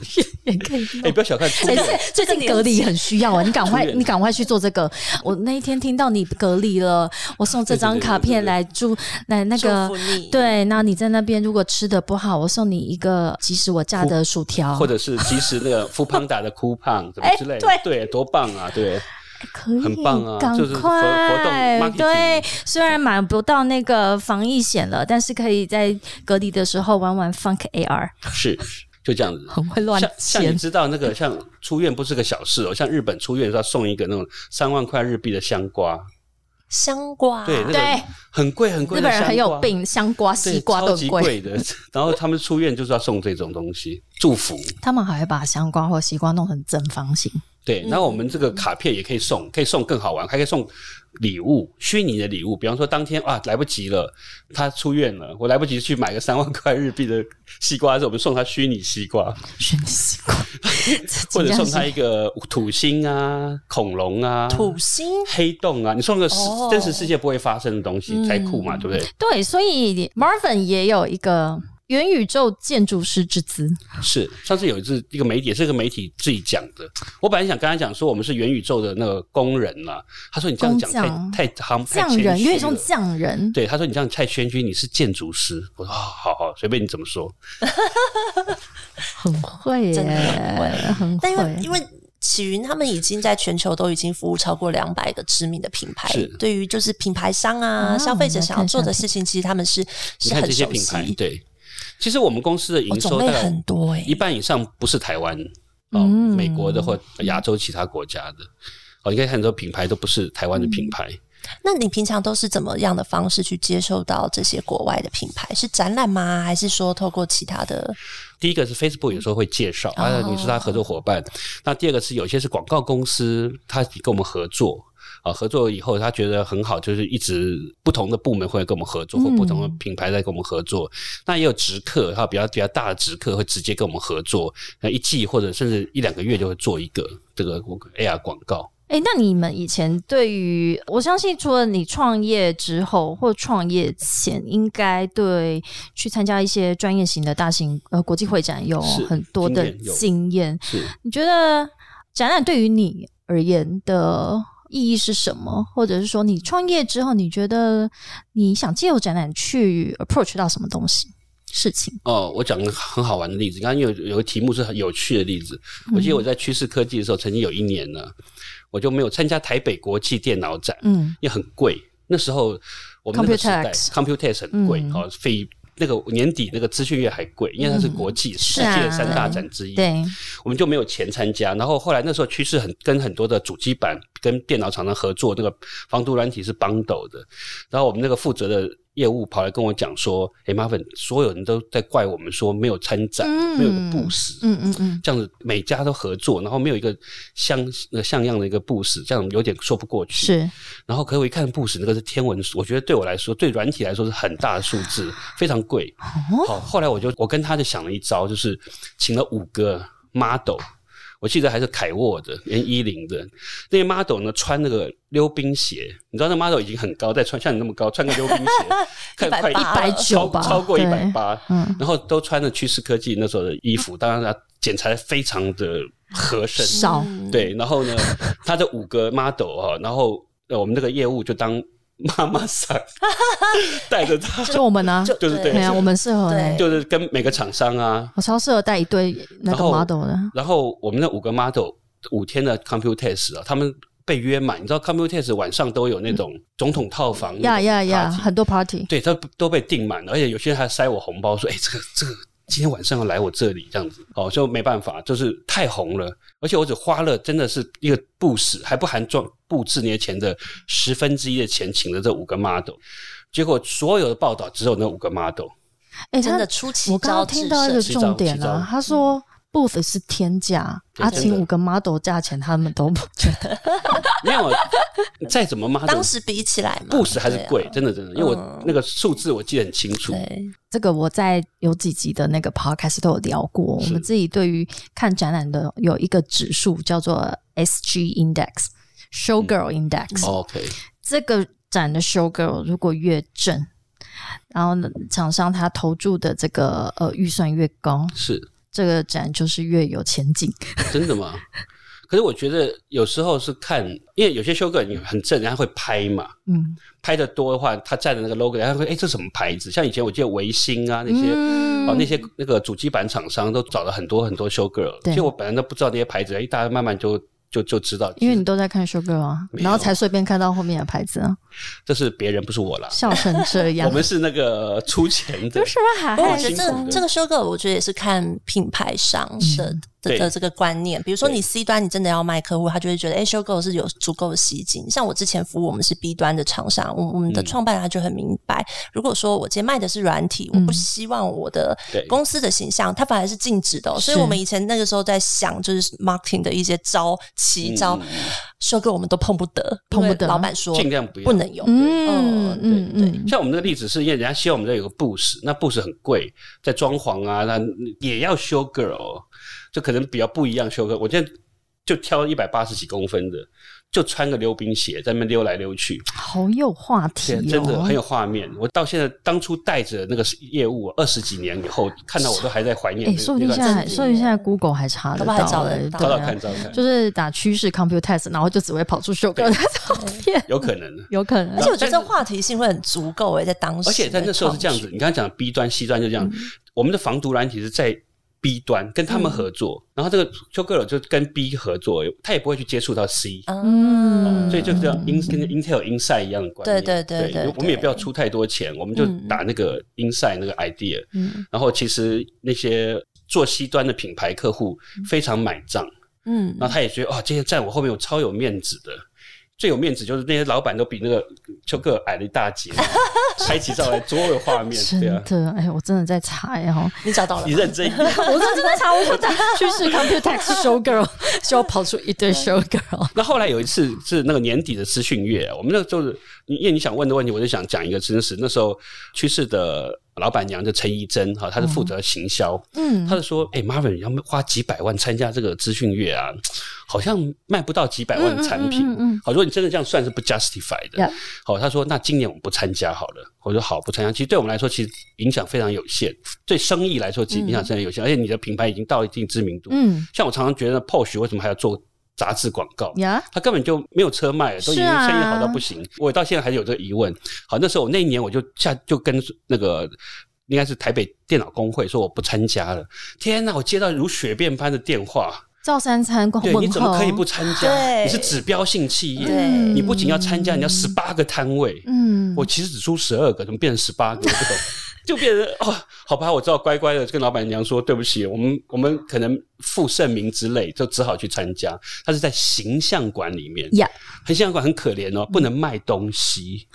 A: 也可以
B: 哎、不要小看出
A: 哎、
B: 院，
A: 最最近隔离很需 要啊！你赶快，
B: 出院
A: 你赶快去做这个。我那一天听到你隔离了，我送这张卡片来祝来那个
C: 祝福你。
A: 对，那你在那边如果吃的不好，我送你一个即使我炸的薯条，
B: 或者是及时那个富邦达的 coupon 什么之类的，
C: 哎
B: 对，多棒啊，对。
A: 哎可以
B: 很棒啊
A: 赶
B: 就是活活动
A: 快
B: marketing
A: 对，虽然买不到那个防疫险了，但是可以在隔离的时候玩玩 Funk AR，
B: 是，就这样子。
A: 很会乱
B: 像像你
A: 签。
B: 知道那个像出院不是个小事哦，像日本出院是要送一个那种三万块日币的香瓜，
C: 香瓜，
B: 对，那
A: 啊对
B: 个很贵很贵
A: 日
B: 的
A: 本
B: 香瓜，
A: 人很有病，香瓜、
B: 对，
A: 西瓜
B: 超
A: 都
B: 级
A: 很
B: 贵的。然后他们出院就是要送这种东西，祝福。
A: 他们还会把香瓜或西瓜弄成正方形，
B: 对，那我们这个
A: 嗯
B: 卡片也可以送，可以送更好玩，还可以送礼物，虚拟的礼物。比方说，当天啊来不及了，他出院了，我来不及去买个三万块日币的西瓜，是我们送他虚拟西瓜，
A: 选西 瓜，
B: 或者送
A: 这真的
B: 他
A: 是
B: 一个土星啊、恐龙啊、
C: 土星
A: 嗯
B: 黑洞啊，你送个实
C: 哦
B: 真实世界不会发生的东西才酷嘛，
C: 嗯
B: 对不对？
A: 对，所以 Marvin 也有一个元宇宙建筑师之资，
B: 是，上次有一次一个媒体，也是个媒体自己讲的。我本来想跟他讲说我们是元宇宙的那个工人啦、他说你这样讲
A: 工匠
B: 太太行太
A: 匠
B: 谦
A: 人，
B: 虚
A: 元宇
B: 了
A: 宙匠人，
B: 对，他说你这样太谦虚，你是建筑师。我说、哦、好好，随便你怎么说。
A: 很会耶，
C: 真的很会
A: 很
C: 但因为
A: 会
C: 因。为启云他们已经在全球都已经服务超过两百个知名的品牌
B: 是，
C: 对于就是品牌商啊、
A: 哦
C: 消费者
A: 来
C: 想要
A: 看
C: 做的
A: 商
C: 事情，其实他们是
B: 你
C: 是
B: 看
C: 很
B: 这些
C: 熟
B: 品牌，
C: 悉，
B: 对，其实我们公司的
C: 哦
B: 营
C: 种
B: 收大
C: 类
B: 概
C: 很多哎、
B: 一半以上不是台湾，哦，
A: 嗯
B: 美国的或亚洲其他国家的。哦，你可以看很多品牌都不是台湾的
C: 嗯
B: 品牌，
C: 那你平常都是怎么样的方式去接受到这些国外的品牌？是展览吗？还是说透过其他的？
B: 第一个是 Facebook 有时候会介绍，啊，你是他合作伙伴。那第二个是有些是广告公司，他跟我们合作。啊，合作以后他觉得很好，就是一直不同的部门会跟我们合作，或
A: 嗯
B: 不同的品牌在跟我们合作。那也有直客，还有比较比较大的直客会直接跟我们合作，那一季或者甚至一两个月就会做一个这个 AR 广告。
A: 哎、那你们以前对于，我相信除了你创业之后或创业前，应该对去参加一些专业型的大型呃国际会展有
B: 是
A: 很多的
B: 经验有
A: 经验。
B: 是
A: 你觉得展览对于你而言的意义是什么？或者是说，你创业之后，你觉得你想借由展览去 approach 到什么东西事情？
B: 哦，我讲个很好玩的例子，刚刚有有个题目是很有趣的例子。我记得我在趋势科技的时候，曾经有一年呢，我就没有参加台北国际电脑展。
A: 嗯，
B: 也很贵。那时候我们那个时代
A: Computex
B: ，Computex 很贵，
A: 嗯
B: 哦，费那个年底那个资讯月还贵，因为它是国际、世
A: 是
B: 界
A: 啊
B: 三大展之一。
A: 对，
B: 我们就没有钱参加。然后后来那时候趋势很跟很多的主机板跟电脑厂商合作，那个防毒软体是邦斗的。然后我们那个负责的业务跑来跟我讲说：“哎，麻烦所有人都在怪我们说没有参展，
A: 嗯
B: 没有一个布什。”
A: 嗯嗯嗯，
B: 这样子每家都合作，然后没有一个像那个像样的一个布什，这样有点说不过去。
A: 是
B: 然后可是我一看布什那个是天文数，我觉得对我来说，对软体来说是很大的数
A: 哦
B: 字，非常贵。好，后来我就我跟他就想了一招，就是请了五个 model。我记得还是凯沃的 N 一零的那些 model 呢，穿那个溜冰鞋，你知道那 model 已经很高，再穿像你那么高，穿个溜冰鞋， 看快
C: 180
B: 超
A: 吧
B: 超过一
A: 对
B: 百八，
A: 嗯
B: 然后都穿着趋势科技那时候的衣服，当然它剪裁非常的合身，
A: 少
C: 嗯
B: 对，然后呢，他的五个 model 哈，然后呃，我们那个业务就当妈妈桑， 带着他，
A: 就我们呢、
C: 就
B: 就是对
A: 对啊，我们适合
C: 对
A: 嘞。
B: 就是跟每个厂商啊，
A: 我超适合带一堆那
B: 然
A: 个
B: 后
A: model 的，
B: 然后我们那五个 model 五天的 Computex 啊，他们被约满，你知道 Computex 晚上都有那种总统套房那
A: 呀
B: 种
A: 呀呀，
B: party
A: 很多 party，
B: 对，他都被订满了，而且有些人还塞我红包说：“哎、这个这个今天晚上要来我这里这样子。”哦，就没办法，就是太红了，而且我只花了真的是一个布什还不含装布置那些钱的十分之一的钱，请了这五个 model，结果所有的报道只有那五个 model，
A: 哎、
C: 真的
A: 他
C: 出奇
A: 我刚
C: 招
A: 刚
C: 致
A: 听到一个
C: 胜。
B: 奇招
A: 重点
B: 奇
A: 啊
B: 招，嗯
A: 他说 booth 是天价，
B: 对
A: 啊，
B: 真
A: 请
B: 的
A: 五个 model 价钱他们都不觉得，
B: 没有啊再怎么 model
C: 当时比起来嘛，
B: 布什还是
C: 对啊
B: 贵，真的真的，因为我
C: 嗯
B: 那个数字我记得很清楚。
C: 对，
A: 这个我在有几集的那个 podcast 都有聊过，我们自己对于看展览的有一个指数叫做 SG Index。Showgirl
C: 嗯
A: Index，、
C: 哦
B: OK，
A: 这个展的 Showgirl 如果越正，然后呢，厂商他投注的这个呃预算越高，
B: 是
A: 这个展就是越有前景。
B: 真的吗？ 可是我觉得有时候是看，因为有些修改很正，人家会拍嘛，
A: 嗯，
B: 拍的多的话，他站的那个 logo，然后会哎，这什么牌子？像以前我记得维新啊那些。
A: 嗯
B: 哦，那些那个主机板厂商都找了很多很多 show girl，
A: 对
B: 其实我本来都不知道那些牌子，哎，大家慢慢就就就知道。
A: 因为你都在看 Sugar 啊，
B: 没有
A: 然后才随便看到后面的牌子啊。
B: 这是别人，不是我啦。
A: 笑成这样
B: 我，们是那个出钱的
A: 有，什么好
C: 不过我
A: 害
C: 觉
B: 辛
C: 得
A: 羞
B: 苦的
C: 这这个收购，我觉得也是看品牌商
A: 嗯
C: 的的
B: 对
C: 的这个观念。比如说
B: 对
C: 你 C 端，你真的要卖客户，他就会觉得，哎，收购是有足够的吸金。像我之前服务我们是 B 端的厂商，我我们的
B: 嗯
C: 创办人他就很明白，如果说我今天卖的是软体，我
A: 嗯
C: 不希望我的
B: 对
C: 公司的形象，它反而是禁止的哦、所以
A: 是
C: 我们以前那个时候在想，就是 marketing 的一些招奇招
B: 嗯嗯，
C: 收购我们都碰不得，因
A: 碰不
C: 为
A: 得啊
C: 老板说
B: 尽量不要
C: 不能用。
A: 嗯
C: 哦
A: 嗯
C: 对
A: 嗯，
B: 像我们这个例子是，因为人家希望我们这有个 booth，那 booth 很贵，在装潢啊，那也要修 girl，就可能比较不一样修 girl。我现在就挑一百八十几公分的，就穿个溜冰鞋在那边溜来溜去，
A: 好有话题
B: 对，
A: 哦，
B: 真的很有画面。我到现在当初带着那个业务二十几年以后，看到我都还在怀念
A: 哎，
B: 那
A: 说不
B: 个那
A: 定
B: 段
A: 现在，
B: 时间。
A: 说不定现在 Google 还查得
C: 搞不好还找
A: 哎
C: 得到
B: 找
A: 对
B: 找
A: 啊
B: 看，找找看，
A: 就是打趋势 Computest，然后就只会跑出秀哥的照片，
B: 有可能。
A: 有可能
C: 而且我觉
B: 但
C: 得这
B: 是
C: 话题性会很足够诶、在当时。
B: 而且在那时候是这样子，，你刚才讲 B 端、C 端就这样，我们的防毒软体是在 B 端跟他们合作，然后这个丘格尔就跟 B 合作，他也不会去接触到 C。
A: 嗯
C: 嗯，
B: 所以就这样，in 跟 Intel Inside 一样的观念，
C: 对对对对对
B: 我们也不要出太多钱，我们就打那个 Inside 那个 idea，、
A: 嗯
B: 然后其实那些做 C 端的品牌客户非常买账，
C: 嗯，
B: 然后他也觉得哇，这些在我后面我超有面子的。最有面子就是那些老板都比那个丘格尔矮了一大截， 拍起照来多有画面，
A: 真
B: 对啊。
A: 的，哎，我真的在查哎哈，
C: 你找到了
B: 你
C: 吗，
B: 认真一点。
A: 我真的在查，我打趋势 Computest show girl，就跑出一堆 show girl，
B: 那后来有一次是那个年底的资讯月，我们那个就是你因为你想问的问题，我就想讲一个真实。那时候趋势的老板娘就陈怡珍哈，她是负责行销，
A: 嗯
B: 她就说：“哎、m a r v i n 你要花几百万参加这个资讯月啊，好像卖不到几百万的产品。
A: 嗯嗯嗯嗯嗯
B: 好，如果你真的这样算是不 justify 的。
A: Yeah
B: 好，她说：“那今年我们不参加好了。”我说：“好，不参加。”其实对我们来说，其实影响非常有限，对生意来说，其实影响非常有限，而且你的品牌已经到了一定知名度，
A: 嗯
B: 像我常常觉得 Porsche 为什么还要做杂志广告？
A: 呀，
B: 他根本就没有车卖，都已经
A: 是啊
B: 生意好到不行。我到现在还是有这个疑问。好，那时候我那一年我就下就跟那个应该是台北电脑工会说我不参加了。天哪，我接到如雪片般的电话，
A: 赵三餐问
B: 对，
A: 候，
B: 你怎么可以不参加？
C: 对
B: 你是指标性企业，
C: 对
A: 嗯
B: 你不仅要参加，你要十八个摊位。
A: 嗯，
B: 我其实只出十二个，怎么变成十八个？ 就变成哦，好吧，我知道，乖乖的跟老板娘说对不起，我们我们可能负盛名之类，就只好去参加。他是在形象馆里面，
A: 呀，
B: 形象馆很可怜
C: 嗯
B: 哦，不能卖东西，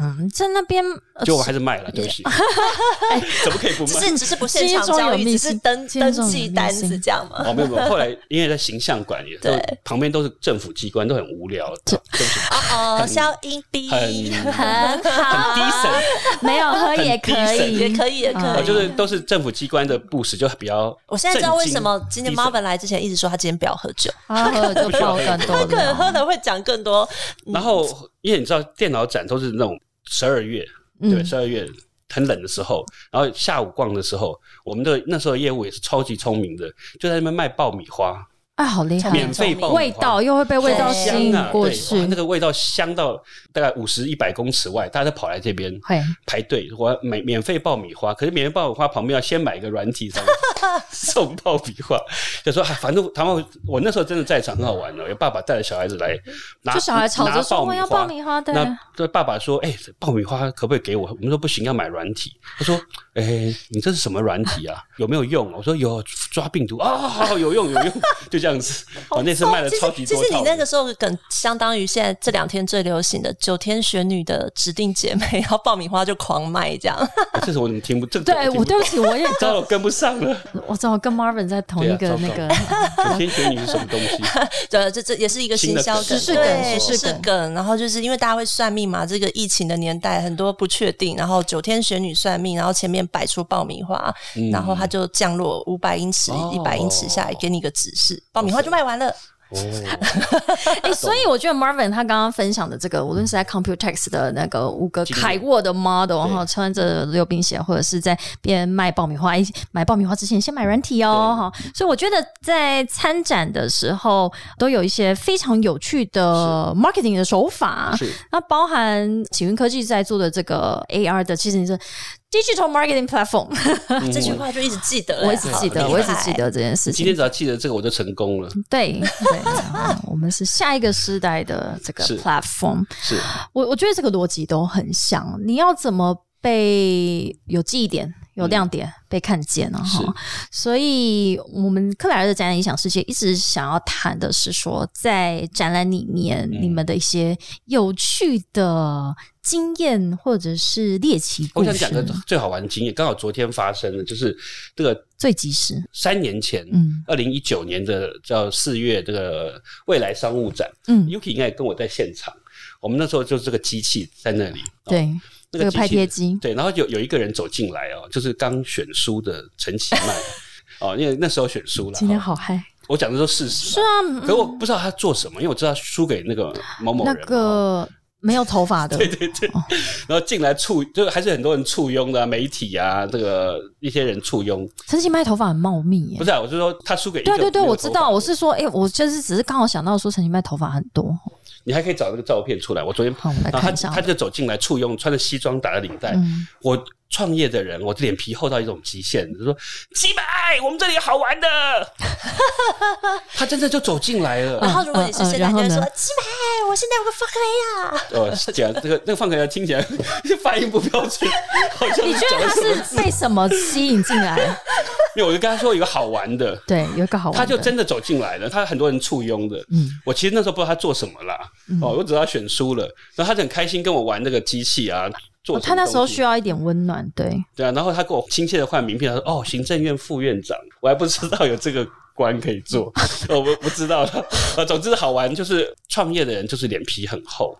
A: 嗯，在那边
C: 哦
A: 呃
B: 结果我还是卖了，对不起，哎怎么可以不
C: 只
B: 卖？
C: 是只是不现场交易，
A: 心中有秘辛
C: 只是登
A: 心中有
C: 登
A: 秘辛
C: 记单子这样吗？
B: 哦，没有没有，后来因为在形象馆里，
C: 对
B: 都旁边都是政府机关，都很无聊，对不起，
C: 哦哦，
B: 很
C: 消音 低，
B: 很
A: 很好，
C: 啊
B: 很低神，
A: 没有喝也可
B: 很低
A: 以，
C: 也可以，也
A: 啊
B: 哦
C: 可以。
B: 就是都是政府机关的部室，就比较。
C: 哎我现在知道为什么今天
B: 妈
C: Marvin 来之前一直说他今天不要喝酒，
A: 啊，喝了就爆肝多
C: 他可
B: 啊
C: 能喝
A: 了，
C: 了会讲更多。嗯
B: 然后，因为你知道，电脑展都是那种十二月，对，
A: 嗯，
B: 十二月很冷的时候，然后下午逛的时候，我们的那时候业务也是超级聪明的，就在那边卖爆米花，
A: 啊，好厉害，
B: 免费爆米花
A: 味道又会被味道
B: 好
A: 吸
B: 香
A: 引
B: 啊，
A: 过
B: 对哇
A: 去
B: 那，个味道香到大概五十一百公尺外，大家都跑来这边
A: 会
B: 排队，我要买免费爆米花，可是免费爆米花旁边要先买一个软体 才能送爆米花，就说、啊、反正他们我那时候真的在场很好玩哦，有爸爸带着小孩子来拿，
A: 就小孩吵
B: 拿
A: 着说
B: 爆
A: 我
B: 米
A: 要
B: 花，
A: 爆米花，对，
B: 那
C: 啊
B: 这爸爸说：“哎、爆米花可不可以给我？”我们说：“不行，要买软体。”他说：“哎、你这是什么软体啊？有没有用？”我说：“有，抓病毒啊、 好好有用有用。”就这样子，我、那次卖了
C: 哦其
B: 超
C: 实
B: 级
C: 其
B: 多
C: 实
B: 套
C: 你那个时候梗，相当于现在这两天最流行的九天玄女的指定姐妹，然后爆米花就狂卖这样。
B: 哎这是我怎么听不？这个
A: 对我
B: 我
A: 对不起，我也
B: 糟了，我跟不上了。
A: 我只好跟 Marvin 在同一个
B: 对啊
A: 那个，
B: 九天玄女是什么东 西？
C: 对，这这也是一个行销
A: 时事
B: 新的梗
C: 梗，
A: 梗
C: 对
A: 时
C: 时
A: 事
C: 事
A: 梗
C: 梗。然后就是因为大家会算命嘛，这个疫情的年代很多不确定，然后九天玄女算命，然后前面摆出爆米花，
B: 嗯
C: 然后它就降落五百英尺、
B: 哦
C: 一百英尺下来，给你一个指示，爆米花就卖完了。
B: 哦，
A: 哎、所以我觉得 Marvin 他刚刚分享的这个，无论是在 Computex 的那个五个
B: 经验
A: 凯沃的 model，然
B: 嗯对
A: 后穿着溜冰鞋，或者是在边卖爆米花，哎买爆米花之前先买软体哦，哈。所以我觉得在参展的时候，都有一些非常有趣的 marketing 的手法。
B: 是
A: 那包含启云科技在做的这个 AR 的，其实你是
D: digital marketing platform。
C: 这句话就一直记得了，
A: 我一直记得，
C: 好
A: 我一直记。
C: 厉害
A: 得这件事
B: 嗯今
A: 情
B: 天。只要记得这个，我就成功了。
A: 对对、嗯我们是下一个时代的这个
B: 是
A: platform。
B: 是，
C: 嗯
A: 我我觉得这个逻辑都很像，你要怎么被有记忆点、有亮点、被看见呢？
B: 嗯是
A: 哈，所以我们克莱尔的展览影响世界一直想要谈的是说，在展览里面、
B: 嗯
A: 你们的一些有趣的经验或者是猎奇故
B: 我
A: 事，
B: 哦想讲个最好玩的经验，刚好昨天发生的，就是这个
A: 最及时。
B: 三年前，
A: 嗯
B: 二零一九年的叫四月这个未来商务展
A: 嗯，
B: ，Yuki 应该也跟我在现场。我们那时候就是这个机器在那里，哦，
A: 对，这
B: 那
A: 个
B: 机器
A: 拍贴机
B: 对，然后有有一个人走进来哦，就是刚选书的陈其 迈哦，因为那时候选书了，
A: 今天
B: 哦
A: 好嗨，
B: 我讲的都是事实，是啊，可我不知道他做什么，因为我知道输给那个某某
A: 那
B: 人嘛，哦
A: 个没有头 发的，
B: 然后进来簇，就是还是很多人簇拥的、啊、媒体啊，这个一些人簇拥，
A: 陈其迈头发很茂密耶
B: 不。是啊，我是说他输给一个
A: 对对对，
B: 没有
A: 我知
B: 头发
A: 道，
B: 的
A: 我是说，哎、我就是只是刚好想到说陈其迈头发很多，
B: 你还可以找那个照片出来，我昨天
A: 哦好我们来
B: 然后他
A: 看一下
B: 他就走进来簇拥，穿着西装打着领带，
A: 嗯，
B: 我。创业的人，我脸皮厚到一种极限，就说几百，我们这里有好 玩的。他真的就走进来了，
C: 然
A: 啊
C: 后如果你是现在就
A: 嗯嗯
C: 会说
A: 嗯然后呢
C: “鸡排，我现在有个发黑啊
B: 哦，讲这个那个放可要听起来 发音不标准，好像
A: 你
B: 你
A: 觉得他是被什么吸引进来？
B: 因为我就跟他说有个好玩的，
A: 对，有一个好玩
B: 他
A: 的，
B: 就真的走进来了，他很多人簇拥的。
A: 嗯
B: 我其实那时候不知道他做什么啦，哦，我只知道他选输了，然后他就很开心跟我玩那个机器啊，做
A: 哦他那时候需
B: 要
A: 要一点温暖，对，
B: 对啊，然后他给我亲切的换名片，他说哦，行政院副院长， 我还不知道有这个。官可以做， 哦我不知道了。 呃，总之好玩，就是创业的人就是脸皮很厚。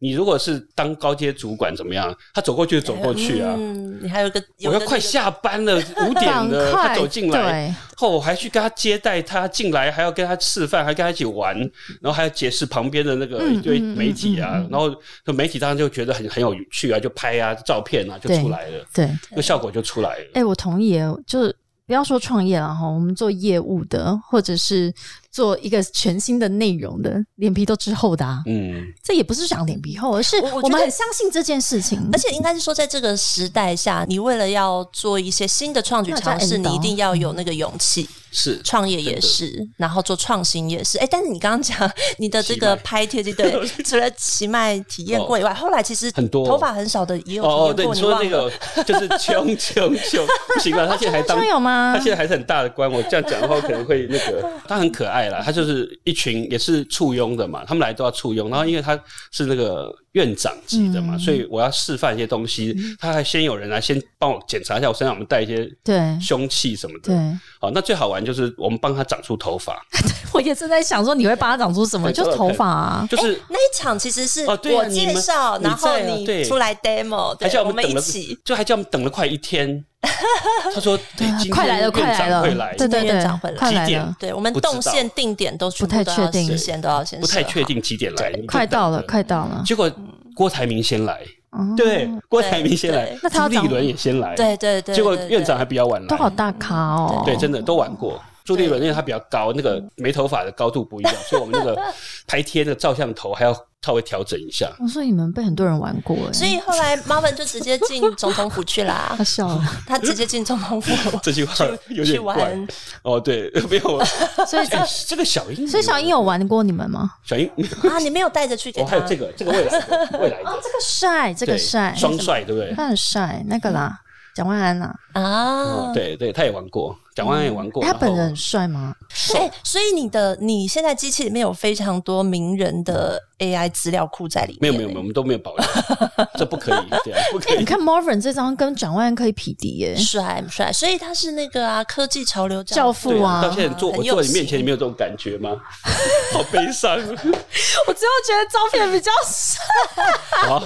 B: 你如果是当高阶主管怎么样？他走过去就走！”过去
A: 哎
B: 啊，
C: 嗯，你还有一个，有
B: 我
C: 一
B: 要
C: 个
B: 快下 班了，五点
A: 赶
B: 了，
A: 快
B: 他走进来，
A: 对，
B: 后我还去跟他接待他进来，还要跟他吃饭，还跟他一起玩，然后还要解释旁边的那个
A: 嗯
B: 一堆
A: 嗯嗯
B: 媒体啊，
A: 嗯嗯
B: 然后就媒体当然就觉得很很有趣啊，就拍啊照片啊，就
A: 对
B: 出来了，
A: 对，
B: 那效果就出来了。
A: 哎、我同意耶，就是不要说创业了哈，我们做业务的，或者是做一个全新的内容的，脸皮都之厚的、啊，
B: 嗯，
A: 这也不是讲脸皮厚，而是
C: 我我觉
A: 我们
C: 得
A: 很相信这件事情，
C: 而且应该是说，在这个时代下，你为了要做一些新的创举
A: 那叫
C: 尝试，
A: 引导
C: 你一定要有那个勇气。
B: 是
C: 创业也是，然后做创新也是。哎、但是你刚刚讲你的这个
B: 奇迈哦
C: 拍贴机，对， 除了奇迈体验过以外，后来其实
B: 很多
C: 头发很少的也有体验过。
B: 哦哦，对，你说那个就是穷穷穷，不行了，他现在还当
A: 这有吗
B: 他？现在还是很大的官，我这样讲的话，我可能会那个。他很可爱啦，他就是一群也是簇拥的嘛，他们来都要簇拥。然后因为他是那个院长级的嘛，
A: 嗯
B: 所以我要示范一些东西，他还先有人来先帮我检查一下我身上有没有带一些
A: 对
B: 凶器什么的。
A: 对。
B: 好，那最好玩就是我们帮他长出头发，
A: 我也正在想说你会帮他长出什么，
B: 对
A: 就头发啊。
B: 就是
C: 那一场其实是
B: 哦对啊
C: 我介绍，
B: 你们
C: 然后
B: 你在啊对
C: 你出来 demo，
B: 还
C: 对，
B: 叫
C: 我
B: 们
C: 们
B: 等
C: 一
B: 了
C: 起。，
B: 就还叫我们等了快一 天。他说：“对，今天
A: 啊快来了，
B: 院
A: 快来
B: 长会
A: 了，
B: 来，
A: 对对
C: 今天院
A: 对
C: 长会，来
A: 快
B: 几
A: 来
B: 点
A: 了，
C: 对我们
B: 不知道
C: 动线定点都全部
A: 不太
C: 都
A: 确
C: 要
A: 定
C: 事先都要先
B: 不太
C: 设好
B: 确。定几点来，你就
A: 快到
B: 等
A: 了，
B: 着
A: 快到了。
B: 结果郭台铭先来，
A: 嗯
B: 对，郭台铭先来
C: 对，
A: 那他要
B: 朱立
A: 长
B: 伦也先来，
C: 对对对，
B: 结果
C: 对
B: 院长还比较晚来，
A: 都好大咖哦。
B: 对，真的都玩过。朱立伦因为他比较高，那
C: 嗯
B: 个没头发的高度不 一样，所以我们那个拍贴的照相头还要稍微调整一下。
A: 我哦说你们被很多人玩过哎，
C: 所以后来 Marvin 就直接进总统府去啦
A: 他， 笑了。
C: 他直接进总统府
B: 这句话 有
C: 哦去
B: 点怪
C: 玩。
B: 哦，对， 没有，
A: 所以
B: 哎这个小英，
A: 所以小英有玩过你们吗？
B: 小英，
C: 啊！你没有带着去给
B: 我
C: 他，
B: 哦还有这个，这个未来 的未来的
A: 这个帅，这
B: 这
A: 个帅，
B: 双帅，对不对？
A: 他很帅，那个啦，蒋万安啦，
B: 哦
C: 啊，
B: 对对，他也玩过，蒋万安也玩过，
A: 哎他
B: 然后
A: 本人很帅吗？
C: 哎、所以你的你现在机器里面有非常多名人的 AI 资料库在里面，
B: 没有没有没有，我们都没有 保留，这不可以，对啊，不可
A: 哎，你
B: 以。
A: 看 Marvin 这张跟蒋万安可以匹敌耶，
C: 帅不帅？所以他是那个啊，科技潮流
A: 教
C: 教父。
A: 父
B: 对
A: 啊
B: 到。现在坐我
C: 很有
B: 坐在你面前，
C: 型
B: 你没有这种感觉吗？ 好悲伤
A: 我只有觉得照片比较帅，
B: 啊！好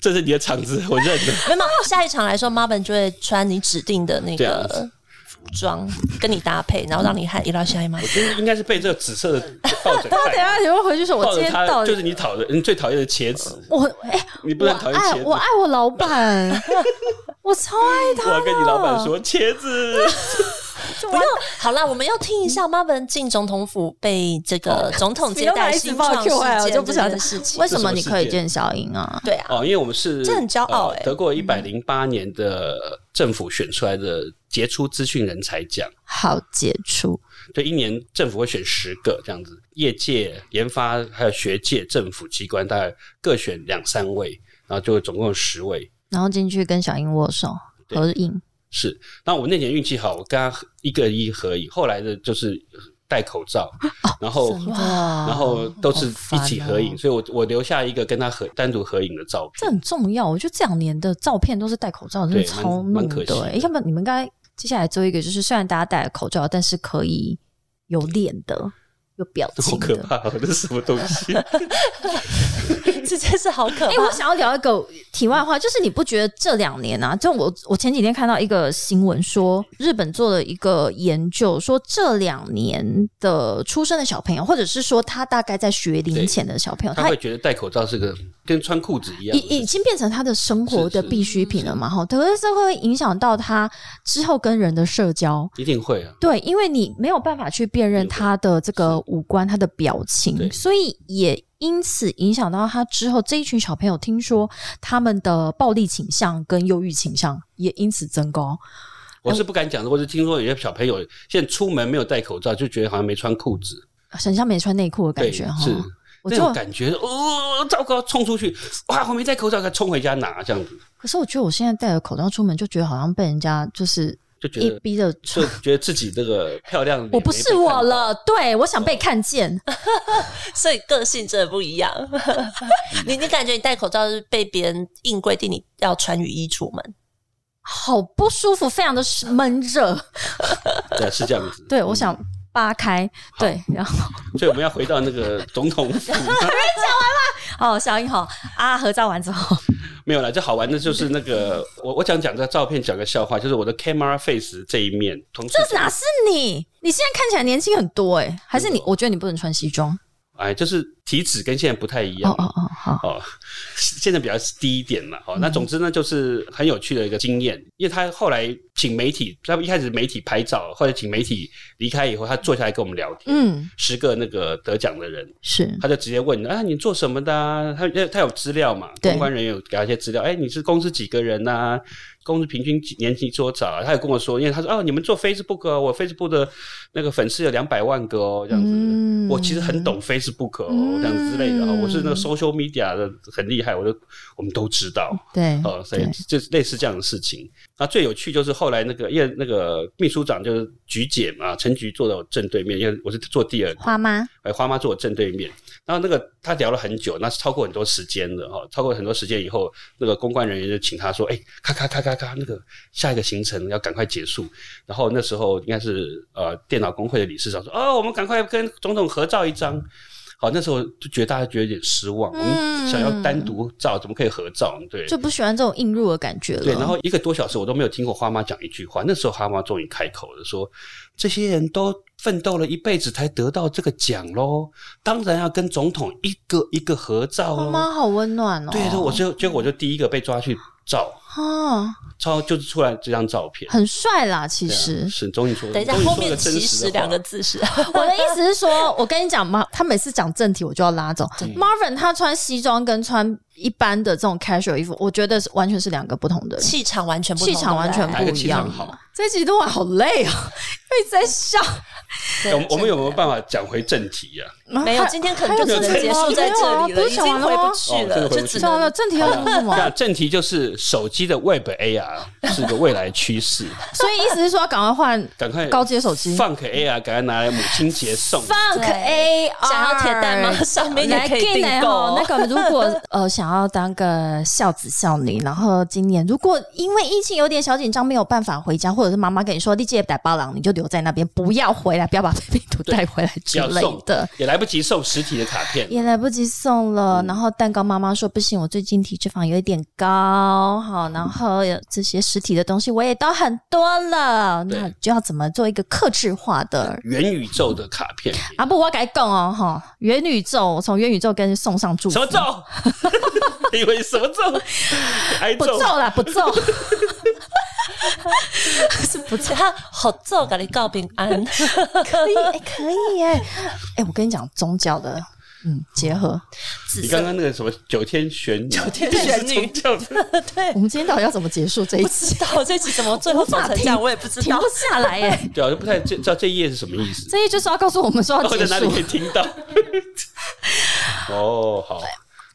B: 这是你的场子，我认了。
C: 没有，没有下一场来说，Marvin 就会穿你指定的那
B: 对啊
C: 个服装跟你搭配，然后让你喊伊拉夏伊玛。
B: 就是应该是被这个紫色的抱 枕
A: 等一
B: 盖，
A: 下你会回去说，我
B: 抱
A: 今
B: 着
A: 天
B: 它
A: 到底
B: 就是你讨的，你最讨厌的茄子，
A: 我哎，
B: 你不
A: 我
B: 能讨厌茄
A: 爱
B: 子。
A: 我爱我老板， 我超爱
B: 我
A: 他。
B: 要跟你老
A: 啊
B: 板说，茄子
C: 不用，好啦，我们要听一下 Marvin 进总统府被这个总统接待新创事件这件事情
A: 为。什么你可以见小英啊？
C: 对啊，
B: 哦，因为我们是
A: 哎
C: 这很骄傲
B: 呃
C: 欸
B: 德国一百零八年的政府选出来的杰出资讯人才奖。
A: 好杰出，
B: 对，一年政府会选十个这样子，业界、研发还有学界、政府机关大概各选两三位，然后就总共有十位。
A: 然后进去跟小英握手
B: 对
A: 合影，
B: 是，那我那年运气好，我跟他一个一合影，后来的就是戴口罩，
A: 啊哦
B: 然后
C: 真的
A: 哇，
B: 然后都是一起合影，
A: 啊好烦哦
B: 所以我我留下一个跟他合单独合影的照
A: 这
B: 片。
A: 很重要。我觉得这两年的照片都是戴口罩，真的
B: 对蛮
A: 超怒
B: 蛮可惜
A: 的、
B: 的
A: 欸。要不然你们应该接下来做一个，就是虽然大家戴了口罩，但是可以有脸的、有表
B: 好
A: 情
B: 可
A: 的。
B: 怕、哦，这是什么东 西？
C: 这件事好可
A: 哎、
C: 怕
A: 我。想要聊一个题外话，就是你不觉得这两年啊，就我我前几天看到一个新闻说，日本做了一个研究，说这两年的出生的小朋友，或者是说他大概在学龄
B: 对
A: 前的小朋友，
B: 他会觉得戴口罩是个跟穿裤子一样
A: 已
B: 的事情，
A: 已经变成他的生活的
B: 是是
A: 必需品了嘛？哈，可是这会影响到他之后跟人的社交。
B: 一定会啊。
A: 对，因为你没有办法去辨认
B: 对
A: 他的这个五官、他的表情，
B: 对
A: 所以也因此影响到他之后这一群小朋友，听说他们的暴力倾向跟忧郁倾向也因此增高。
B: 我是不敢讲的，我是听说有些小朋友现在出门没有戴口罩，就觉得好像没穿裤子，
A: 很像没穿内裤的感
B: 对，
A: 觉哈，
B: 是
A: 我
B: 那
A: 就
B: 种感觉，哦，糟糕，冲出去，哇，我没戴口罩，再冲回家拿，这样子
A: 可是我觉得我现在戴了口罩出门，就觉得好像被人家就是
B: 就觉
A: 一
B: 得
A: 逼着穿
B: 就觉得自己这个漂亮的脸
A: 我不
B: 没被
A: 是
B: 看
A: 我
B: 到，嗯
A: 了，对我想被看见。
C: 所以个性真的不一样。你你感觉你戴口罩是被别人硬规定你要穿雨衣出门，
A: 好不舒服，非常的闷热。
B: 对，是这样子。
A: 对，我想扒开。对，然后
B: 所以我们要回到那个总 统府，
A: 哦，小英好啊，合照完之后，
B: 没有啦，这好玩的就是那个我我想讲这照片讲个笑话，就是我的 camera face 这一面，同事
A: 这哪是你？你现在看起来年轻很多哎、还是你？
B: 哦
A: 我觉得你不能穿西装。
B: 哎，就是体脂跟现在不太一
A: 哦
B: 样
A: 哦哦，好，
B: 哦，现在比较低一点了。哦，那总之呢，就是很有趣的一个经验，因为他后来请媒体，他一开始媒体拍照，后来请媒体离开以后，他坐下来跟我们聊天。
A: 嗯，
B: 十个那个得奖的人，
A: 是
B: 他就直接问啊，你做什么的、啊？他他有资料嘛？
A: 对
B: 公关人员有给他一些资料。哎，你是公司几个人呐、公司平均几年级多少、啊？他有跟我说，因为他说哦，你们做 Facebook，、哦、我 Facebook 的那个粉丝有两百万个哦，这样子。
A: 嗯
B: 我其实很懂 Facebook 哦，
A: 嗯
B: 这样子之类的哦，我是那个 social media 的很厉害，我都我们都知道。
A: 对
B: 哦，所以
A: 嗯对，
B: 就是类似这样的事情。那最有趣就是后来那个，因为那个秘书长就是菊姐嘛，陈菊坐在我正对面，因为我是坐第二个，
A: 花妈
B: 哎，花妈坐我正对面，然后那个他聊了很久，那是超过很多时间了哦，超过很多时间以后，那个公关人员就请他说，哎，咔咔咔咔咔，那个下一个行程要赶快结束。然后那时候应该是呃电脑工会的理事长说，哦，我们赶快跟总统合照一张。好，那时候就觉得大家觉得有点失望，我
A: 嗯
B: 们想要单独照，怎么可以合照？对，
A: 就不喜欢这种映入的感觉了。
B: 对，然后一个多小时我都没有听过花妈讲一句话。那时候花妈终于开口了，说：“这些人都奋斗了一辈子才得到这个奖喽，当然要跟总统一个一个合照
A: 花妈
B: 喽。
A: 好温暖”哦。
B: 对，所以我就结果我就第一个被抓去照，
A: 啊，
B: 照就是出来这张照片。
A: 很帅啦，其
B: 对啊
A: 实。
B: 是终于说，
C: 等一下
B: 终于
C: 后
B: 说
C: 面
B: 个真
C: 其
B: 实
C: 实
B: 的
C: 两
B: 话
C: 个字是，
B: 啊
A: 我的意思是说，我跟你讲嘛，他每次讲正题，我就要拉走。Marvin 他穿西装跟穿一般的这种 casual 衣服，我觉得是完全是两个不同的人，
C: 气场完全不同，
A: 气场完全
B: 哪一
A: 不
B: 个
A: 一
B: 气
A: 样
B: 场好。
A: 这一集录完好 累啊，一直在笑。
C: 对
B: 我们我们有没有办法讲回正题啊呀、
C: 没有，今天可能就
A: 还
C: 只
A: 有
C: 能
A: 正题
C: 结
A: 吗
C: 束在这里
A: 没有啊不
C: 了，
A: 是
C: 已
A: 讲完
C: 经
A: 了
C: 回
A: 吗
C: 不去
B: 哦这个回
C: 了，
B: 不去
C: 就只
A: 笑完了，
C: 能
A: 正题要录什
B: 那
A: 么？
B: 正题就是手机的 Web AR 是个未来 趋势，
A: 所以意思是说，要赶快换
B: 赶快
A: 高阶手机。
B: Funk AR，赶快拿来母亲节送。
A: Funk
C: 对
A: AR
C: 想要铁蛋吗？上面也
A: 来
C: 可以订
A: Gin
C: 购
A: 哦
C: 哦。
A: 那个如 果呃想要当个孝子孝女，然后今年如果因为疫情有点小紧张，没有办法回家，或者是妈妈跟你说你姐打包狼，你就留在那边，不要回来，不要把病毒带回来之
B: 要
A: 类
B: 送
A: 的。
B: 也来不及送实体的卡片，
A: 也来不及送了，
B: 嗯
A: 然后蛋糕妈妈说不行，我最近体脂肪有一点高，好，然后有这些实体的东西我也都很多了，
B: 对
A: 那就要怎么做一个克制化的
B: 元宇宙的卡片。
A: 啊？不，我要改讲哦，哈，元宇宙，我从元宇宙跟你送上祝福
B: 什么，咒？ 以为什么 咒？挨
A: 不
B: 咒
A: 咒？啦，不咒，
C: 是不是？他好做，跟你告平安。
A: 可以，哎、可以、哎，哎、我跟你讲，宗教的嗯，结合。
C: 紫
B: 你
C: 色
B: 刚刚那个什么九天玄九天
C: 玄女
B: 女，宗教的
A: 我们今天到底要怎么结束这一
C: 不
A: 集？
C: 知道这集怎么最后走成这样，我也不知
A: 停
C: 道
A: 不。下来耶！
B: 对啊，我就不太知知道这一页是什么意思，
A: 这一就是要告诉我们说要
B: 或
A: 结
B: 哦者哪里
A: 束
B: 可以。听 到？哦，好，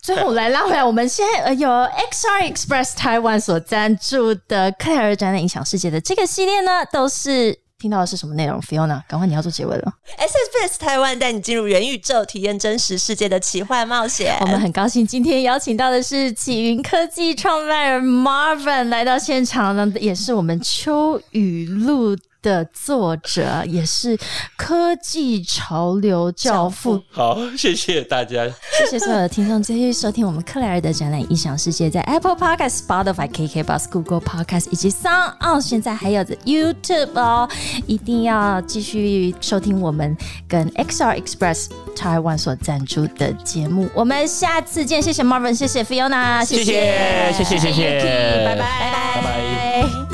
A: 最后我来拉回来，我们现在呃有 XR Express 台湾所赞助的克莱尔展览影响世界的这个系列呢，都是听到的是什么内容？Fiona，赶快你要做结尾了。
C: SFS 台湾带你进入元宇宙，体验真实世界的奇幻冒险。
A: 我们很高兴今天邀请到的是启云科技创办人 Marvin 来到现场呢，也是我们秋雨露。的作者也是科技潮流教父，
B: 好，谢谢大家。
A: 谢谢所有的听众继续收听我们克莱尔的展览《异想世界》在 Apple Podcast、Spotify、KK Bus、Google Podcast 以及 Sound On，现在还有 YouTube 哦，一定要继续收听我们跟 XR Express Taiwan 所赞助的节目。我们下次见，谢谢 Marvin，谢谢 Fiona，谢
B: 谢谢谢谢谢谢
A: Yuki，拜拜
B: 拜
A: 拜。